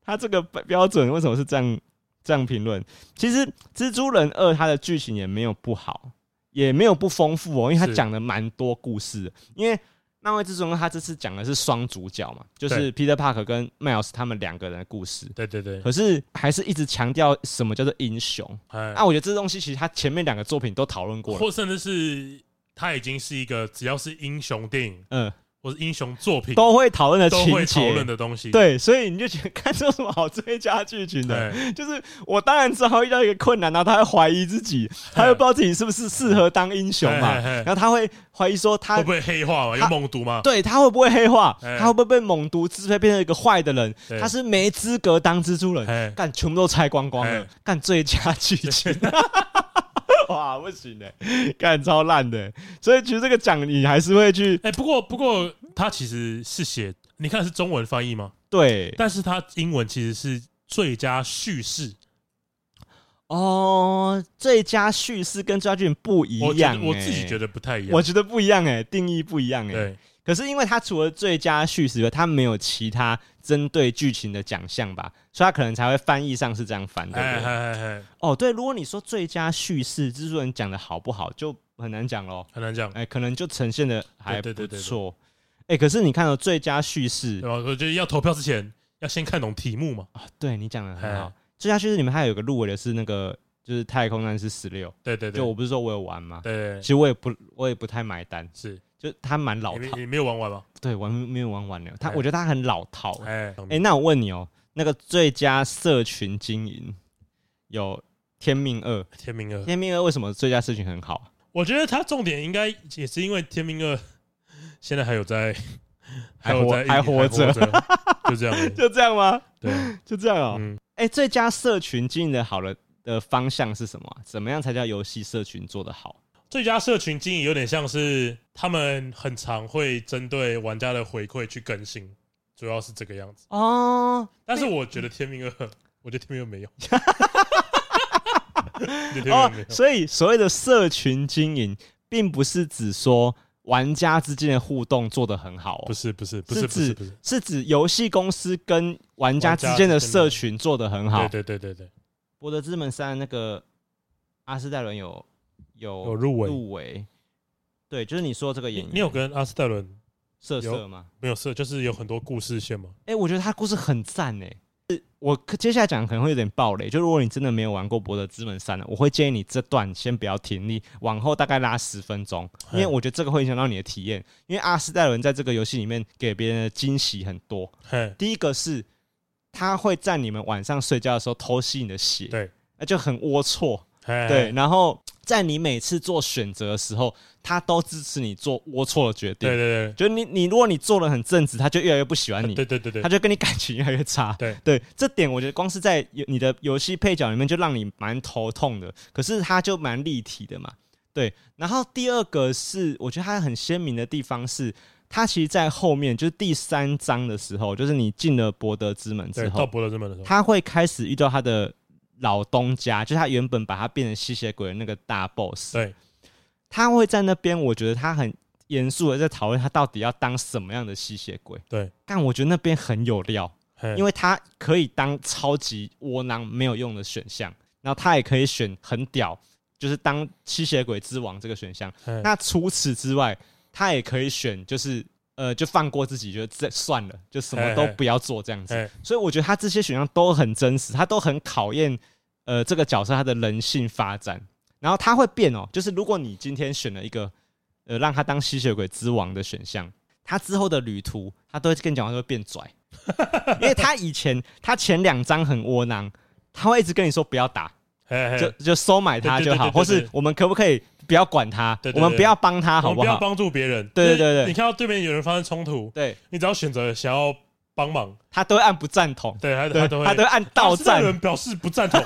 A: 他这个标准为什么是这样这样评论。其实《蜘蛛人二》它的剧情也没有不好，也没有不丰富哦，因为它
B: 是
A: 讲了蛮多故事的。因为漫威蜘蛛人它这次讲的是双主角嘛，就是 Peter Parker 跟 Miles 他们两个人的故事。
B: 对对对，
A: 可是还是一直强调什么叫做英雄
B: 哎，
A: 啊！我觉得这东西其实他前面两个作品都讨论过了，
B: 或甚至是他已经是一个只要是英雄电影
A: 嗯，
B: 或是英雄作品
A: 都会讨论的
B: 都
A: 情
B: 会讨论
A: 节，
B: 的东西，哎
A: 对，所以你就觉得看这有什么好追加剧情的？
B: 对
A: 就是我当然知道遇到一个困难，然后他会怀疑自己，他会不知道自己是不是适合当英雄嘛
B: 嘿嘿嘿，
A: 然后他会怀疑说
B: 会
A: 他
B: 不会黑化嘛？有
A: 他
B: 猛毒嘛？
A: 对他会不会黑化，
B: 嘿
A: 他会不会被猛毒支配变成一个坏的人，
B: 对
A: 他是没资格当蜘蛛人，
B: 哎，
A: 干全部都拆光光了
B: 嘿，
A: 干最佳剧 情。 哇，不行的，干超烂的，欸所以其实这个奖你还是会去
B: 哎，不过不过他其实是写，你看是中文翻译吗？
A: 对
B: 但是他英文其实是最佳叙事，
A: 哦，最佳叙事跟最佳剧情不一
B: 我觉
A: 样
B: 得
A: 欸，
B: 我自己觉得不太一样，
A: 我觉得不一样哎，定义不一样哎。
B: 对
A: 可是因为他除了最佳叙事以外，他没有其他针对剧情的奖项吧，所以他可能才会翻译上是这样翻，对
B: 哎
A: 不对？
B: 哎哎哎，
A: 哦，对，如果你说最佳叙事，蜘蛛人讲的好不好，就很难讲喽。
B: 很难讲。
A: 哎，可能就呈现的还
B: 对
A: 不
B: 对对对对
A: 错。哎，可是你看到最佳叙事
B: 对，吧？我觉得要投票之前要先看懂题目嘛。
A: 对你讲的很好
B: 哎。
A: 最佳叙事里面还有一个入围的是那个，就是《太空战士十六》，
B: 对对对
A: 就我，不是说我有玩吗？
B: 对对
A: 其实我也不，我也不太买单，
B: 是。
A: 就他蛮老
B: 你没
A: 套，
B: 你没有玩完吗？
A: 对，玩没有玩完了。他
B: 哎
A: 我觉得他很老套，
B: 哎
A: 哎、那我问你哦，那个最佳社群经营有《天命二》，《
B: 天明二，
A: 天命二》为什么最佳社群很好？
B: 我觉得它重点应该也是因为天明二现在还有在，
A: 还
B: 有
A: 活
B: 在
A: 还活
B: 活
A: 着，
B: 就这样 而已。
A: 就这样吗？
B: 对，
A: 就这样哦。
B: 嗯，
A: 哎、最佳社群经营的好了的方向是什么啊、怎么样才叫游戏社群做得好？
B: 最佳社群经营有点像是他们很常会针对玩家的回馈去更新，主要是这个样子。
A: 哦，
B: 但是我觉得天命 二，我觉得天命二没有。我觉得天命二
A: 哦
B: 没有，
A: 所以所谓的社群经营，并不是指说玩家之间的互动做得很好、哦，
B: 不是不是不是不
A: 指
B: 是不是，
A: 是指游戏公司跟玩家
B: 玩家
A: 之间的
B: 之间
A: 社
B: 的
A: 群做得很好。
B: 对对对对对，
A: 《博德之门三》那个阿斯戴伦有有
B: 有入围
A: 入围，对，就是你说这个
B: 你
A: 演员，
B: 你有跟阿斯特伦
A: 色色
B: 有
A: 吗？
B: 没有设？就是有很多故事线嘛。
A: 哎、我觉得他故事很赞哎、是我可接下来讲可能会有点暴雷，就如果你真的没有玩过《博德之门三》呢，我会建议你这段先不要停，你往后大概拉十分钟，因为
B: 嗯
A: 我觉得这个会影响到你的体验。因为阿斯戴伦在这个游戏里面给别人的惊喜很多，
B: 嘿，
A: 第一个是他会在你们晚上睡觉的时候偷吸你的血，
B: 对，哎
A: 那就很龌龊。
B: 嘿
A: 对，，然后在你每次做选择的时候，他都支持你做龌龊的决定。
B: 对对
A: 就你你如果你做的很正直，他就越来越不喜欢你，
B: 对对对对对
A: 他，就跟你感情越来越差。
B: 对
A: 对，这点我觉得光是在游你的游戏配角里面就让你蛮头痛的，可是他就蛮立体的嘛。对，然后第二个是我觉得他很鲜明的地方是，它其实，在后面就是第三章的时候，就是你进了博德之门之
B: 对，到
A: 后，
B: 博德之门的时候，
A: 他会开始遇到他的老东家，就是他原本把他变成吸血鬼的那个大 boss。
B: 对，
A: 他会在那边，我觉得他很严肃的在讨论他到底要当什么样的吸血鬼。
B: 对，
A: 但我觉得那边很有料，
B: 嘿
A: 因为他可以当超级窝囊没有用的选项，然后他也可以选很屌，就是当吸血鬼之王这个选项。
B: 嘿
A: 那除此之外，他也可以选，就是呃，就放过自己，就这算了，就什么都不要做这样子。
B: 嘿
A: 所以我觉得他这些选项都很真实，他都很考验呃这个角色他的人性发展。然后他会变哦，就是如果你今天选了一个呃让他当吸血鬼之王的选项，他之后的旅途他都会跟你讲话，他会变拽，因为他以前他前两章很窝囊，他会一直跟你说不要打，
B: 嘿嘿
A: 就就收买他就好，
B: 对对对对对
A: 或是我们可不可以不要管他
B: 对，对
A: 我
B: 对
A: 们不要帮他，
B: 我
A: 好
B: 们不要
A: 好？
B: 帮助别人。
A: 对对对
B: 就是
A: 对
B: 你看到对面有人发生冲突，
A: 对
B: 你只要选择想要帮忙，
A: 他都会按不赞同，
B: 对他
A: 对，
B: 都
A: 他
B: 会
A: 都会按到
B: 站，
A: 赞，
B: 人表示 不赞同。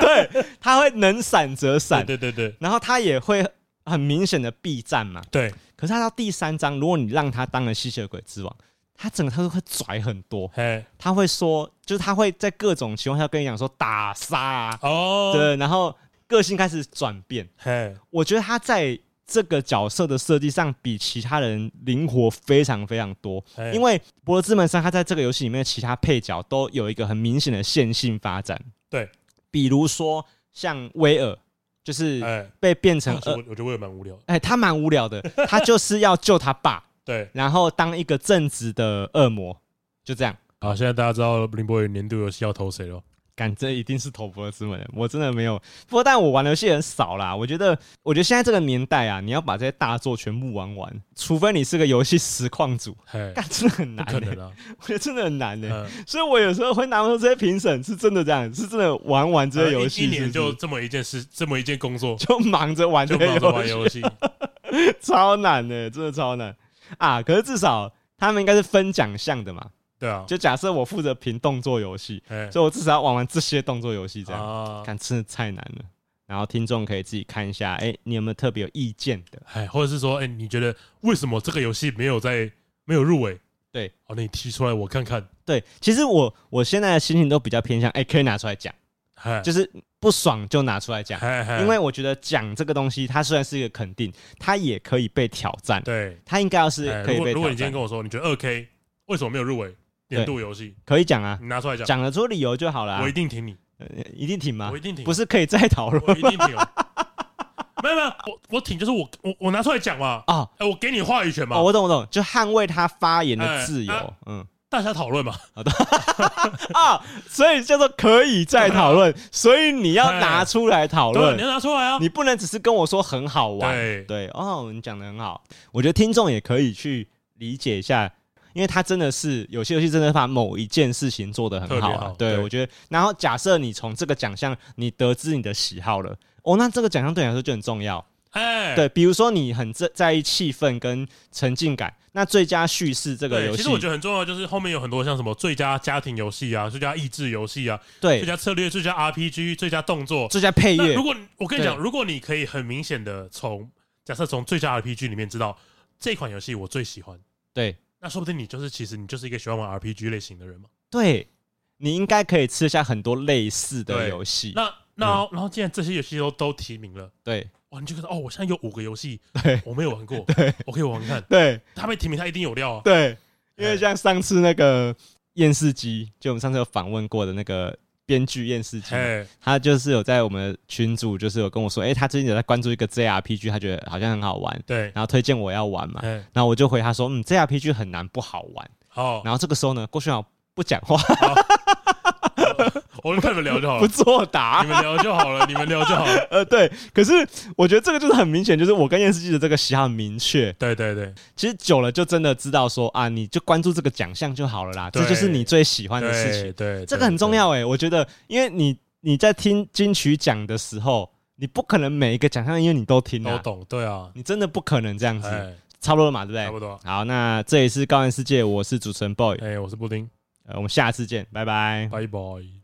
A: 对，他会能闪则闪，
B: 对对对
A: 然后他也会很明显的避战嘛。
B: 对，
A: 可是他到第三章，如果你让他当了吸血鬼之王，他整个他都会拽很多，
B: 嘿
A: 他会说，就是他会在各种情况下跟你讲说打杀啊，
B: 哦，
A: 对，然后个性开始转变。
B: 嘿
A: 我觉得他在这个角色的设计上比其他人灵活非常非常多，
B: 嘿，
A: 因为《博德之门三》它在这个游戏里面的其他配角都有一个很明显的线性发展，
B: 对，
A: 比如说像威尔，就是
B: 哎，
A: 被变成
B: 我觉得
A: 呃，
B: 我觉得我也蛮无聊的。
A: 哎、他蛮无聊的，他就是要救他爸，
B: 对，
A: 然后当一个正直的恶魔，就这样。
B: 好，现在大家知道林博宇年度游戏要投谁了？
A: 感这一定是投博德之门的，我真的没有。不过，但我玩的游戏很少啦。我觉得，我觉得现在这个年代啊，你要把这些大作全部玩完，除非你是个游戏实况组，
B: 嘿，
A: 干真的很
B: 不
A: 难、
B: 可能
A: 欸。
B: 啊！
A: 我觉得真的很难呢、欸
B: 嗯
A: 所以我有时候会拿出这些评审是真的这样，是真的玩完这些游
B: 一
A: 戏
B: 呃一
A: 是
B: 年
A: 不，
B: 就是这么一件事，这么一件工作，
A: 就忙着玩这
B: 就
A: 些
B: 忙着
A: 游
B: 玩
A: 戏，
B: 游戏。
A: 超难的、真的超难啊！可是至少他们应该是分奖项的嘛，
B: 对啊，
A: 就假设我负责评动作游戏，
B: 哎
A: 所以我至少要玩完这些动作游戏这样。
B: 啊，
A: 看真的太难了。然后听众可以自己看一下，哎、你有没有特别有意见的？
B: 哎，或者是说，哎，你觉得为什么这个游戏没有在没有入围？
A: 对，
B: 哦，你提出来我看看。
A: 对，其实我我现在的心情都比较偏向，哎、可以拿出来讲，
B: 哎，
A: 就是不爽就拿出来讲，
B: 嘿嘿
A: 因为我觉得讲这个东西，它虽然是一个肯定，它也可以被挑战，
B: 对，
A: 它应该要是
B: 哎
A: 可以
B: 如果
A: 被
B: 如果
A: 挑
B: 你今
A: 战
B: 天跟，我说你觉得二 K 为什么没有入围年度游戏，
A: 可以讲啊，
B: 你拿出来讲，
A: 讲得出理由就好了、
B: 嗯我一定挺你，
A: 呃一定挺吗
B: 我？一定挺，
A: 不是可以再讨论
B: 我一定挺哦。 没有没有，我我挺就是我我我拿出来讲嘛，
A: 哦
B: 哎，我给你话语权嘛
A: 哦，，我懂我懂，就捍卫他发言的
B: 哎
A: 自由，
B: 啊
A: 嗯。
B: 大家讨论嘛，
A: 啊，所以叫做可以再讨 论，所以你要拿出来讨
B: 对，你
A: 论，
B: 要拿出来啊，
A: 你不能只是跟我说很好玩。
B: 对
A: 对，哦，你讲的很好，我觉得听众也可以去理解一下。因为他真的是有些游戏真的把某一件事情做得很好
B: 特别
A: 啊
B: 好，
A: 对
B: 对
A: 我觉得。然后假设你从这个奖项你得知你的喜好了，哦，那这个奖项对你来说就很重要。
B: 哎，
A: 对，比如说你很在在意气氛跟沉浸感，那最佳叙事这个
B: 对，
A: 游
B: 其
A: 戏
B: 实我，觉得很重要，就是后面有很多像什么最佳家庭游戏啊、最佳益智游戏啊、最
A: 对，
B: 佳策略、最佳 RPG、最佳动作。
A: 最佳配
B: 那
A: 乐
B: 如，果你我跟你讲，
A: 对
B: 如果你可以很明显的从假设从最佳 RPG 里面知道这款游戏我最喜欢，
A: 对，
B: 那说不定你就是其实你就是一个喜欢玩 RPG 类型的人嘛。
A: 对，你应该可以吃下很多类似的游戏。
B: 那那然后既然这些游戏都都提名了，
A: 对
B: 哇，你就觉得哦，我现在有五个游戏
A: 对
B: 我没有玩过，我可以玩玩看。
A: 对
B: 他被提名，他一定有料啊。
A: 对，因为像上次那个验视机，就我们上次有访问过的那个编剧验视机，
B: 哎，
A: 他就是有在我们的群组，就是有跟我说，哎、他最近有在关注一个 JRPG，他觉得好像很好玩，
B: 对，
A: 然后推荐我要玩嘛。
B: 哎，
A: 然后我就回他说，嗯，JRPG 很难，不好玩。
B: 好，
A: 然后这个时候呢，郭轩豪不讲话，
B: 我们看你们聊就好
A: 不啊
B: 了，
A: 作答
B: 你。们聊就好 了，你们聊就好了。
A: 呃，对，可是我觉得这个就是很明显，就是我跟验视机的这个喜好很明确，
B: 对对对，
A: 其实久了就真的知道说啊，你就关注这个奖项就好了啦，
B: 对
A: 这就是你最喜欢的事
B: 对
A: 情，
B: 对，
A: 这个很重要哎、我觉得，因为你你在听金曲奖的时候，你不可能每一个奖项因为你都听
B: 对，
A: 啊
B: 都，懂，对啊，
A: 你真的不可能这样子，
B: 哎，
A: 差不多了嘛，对不
B: 差不
A: 对？
B: 多。
A: 好，那这里是高玩世界，我是主持人 boy，
B: 哎，我是布丁，
A: 呃，我们下次见，拜拜。
B: 拜拜。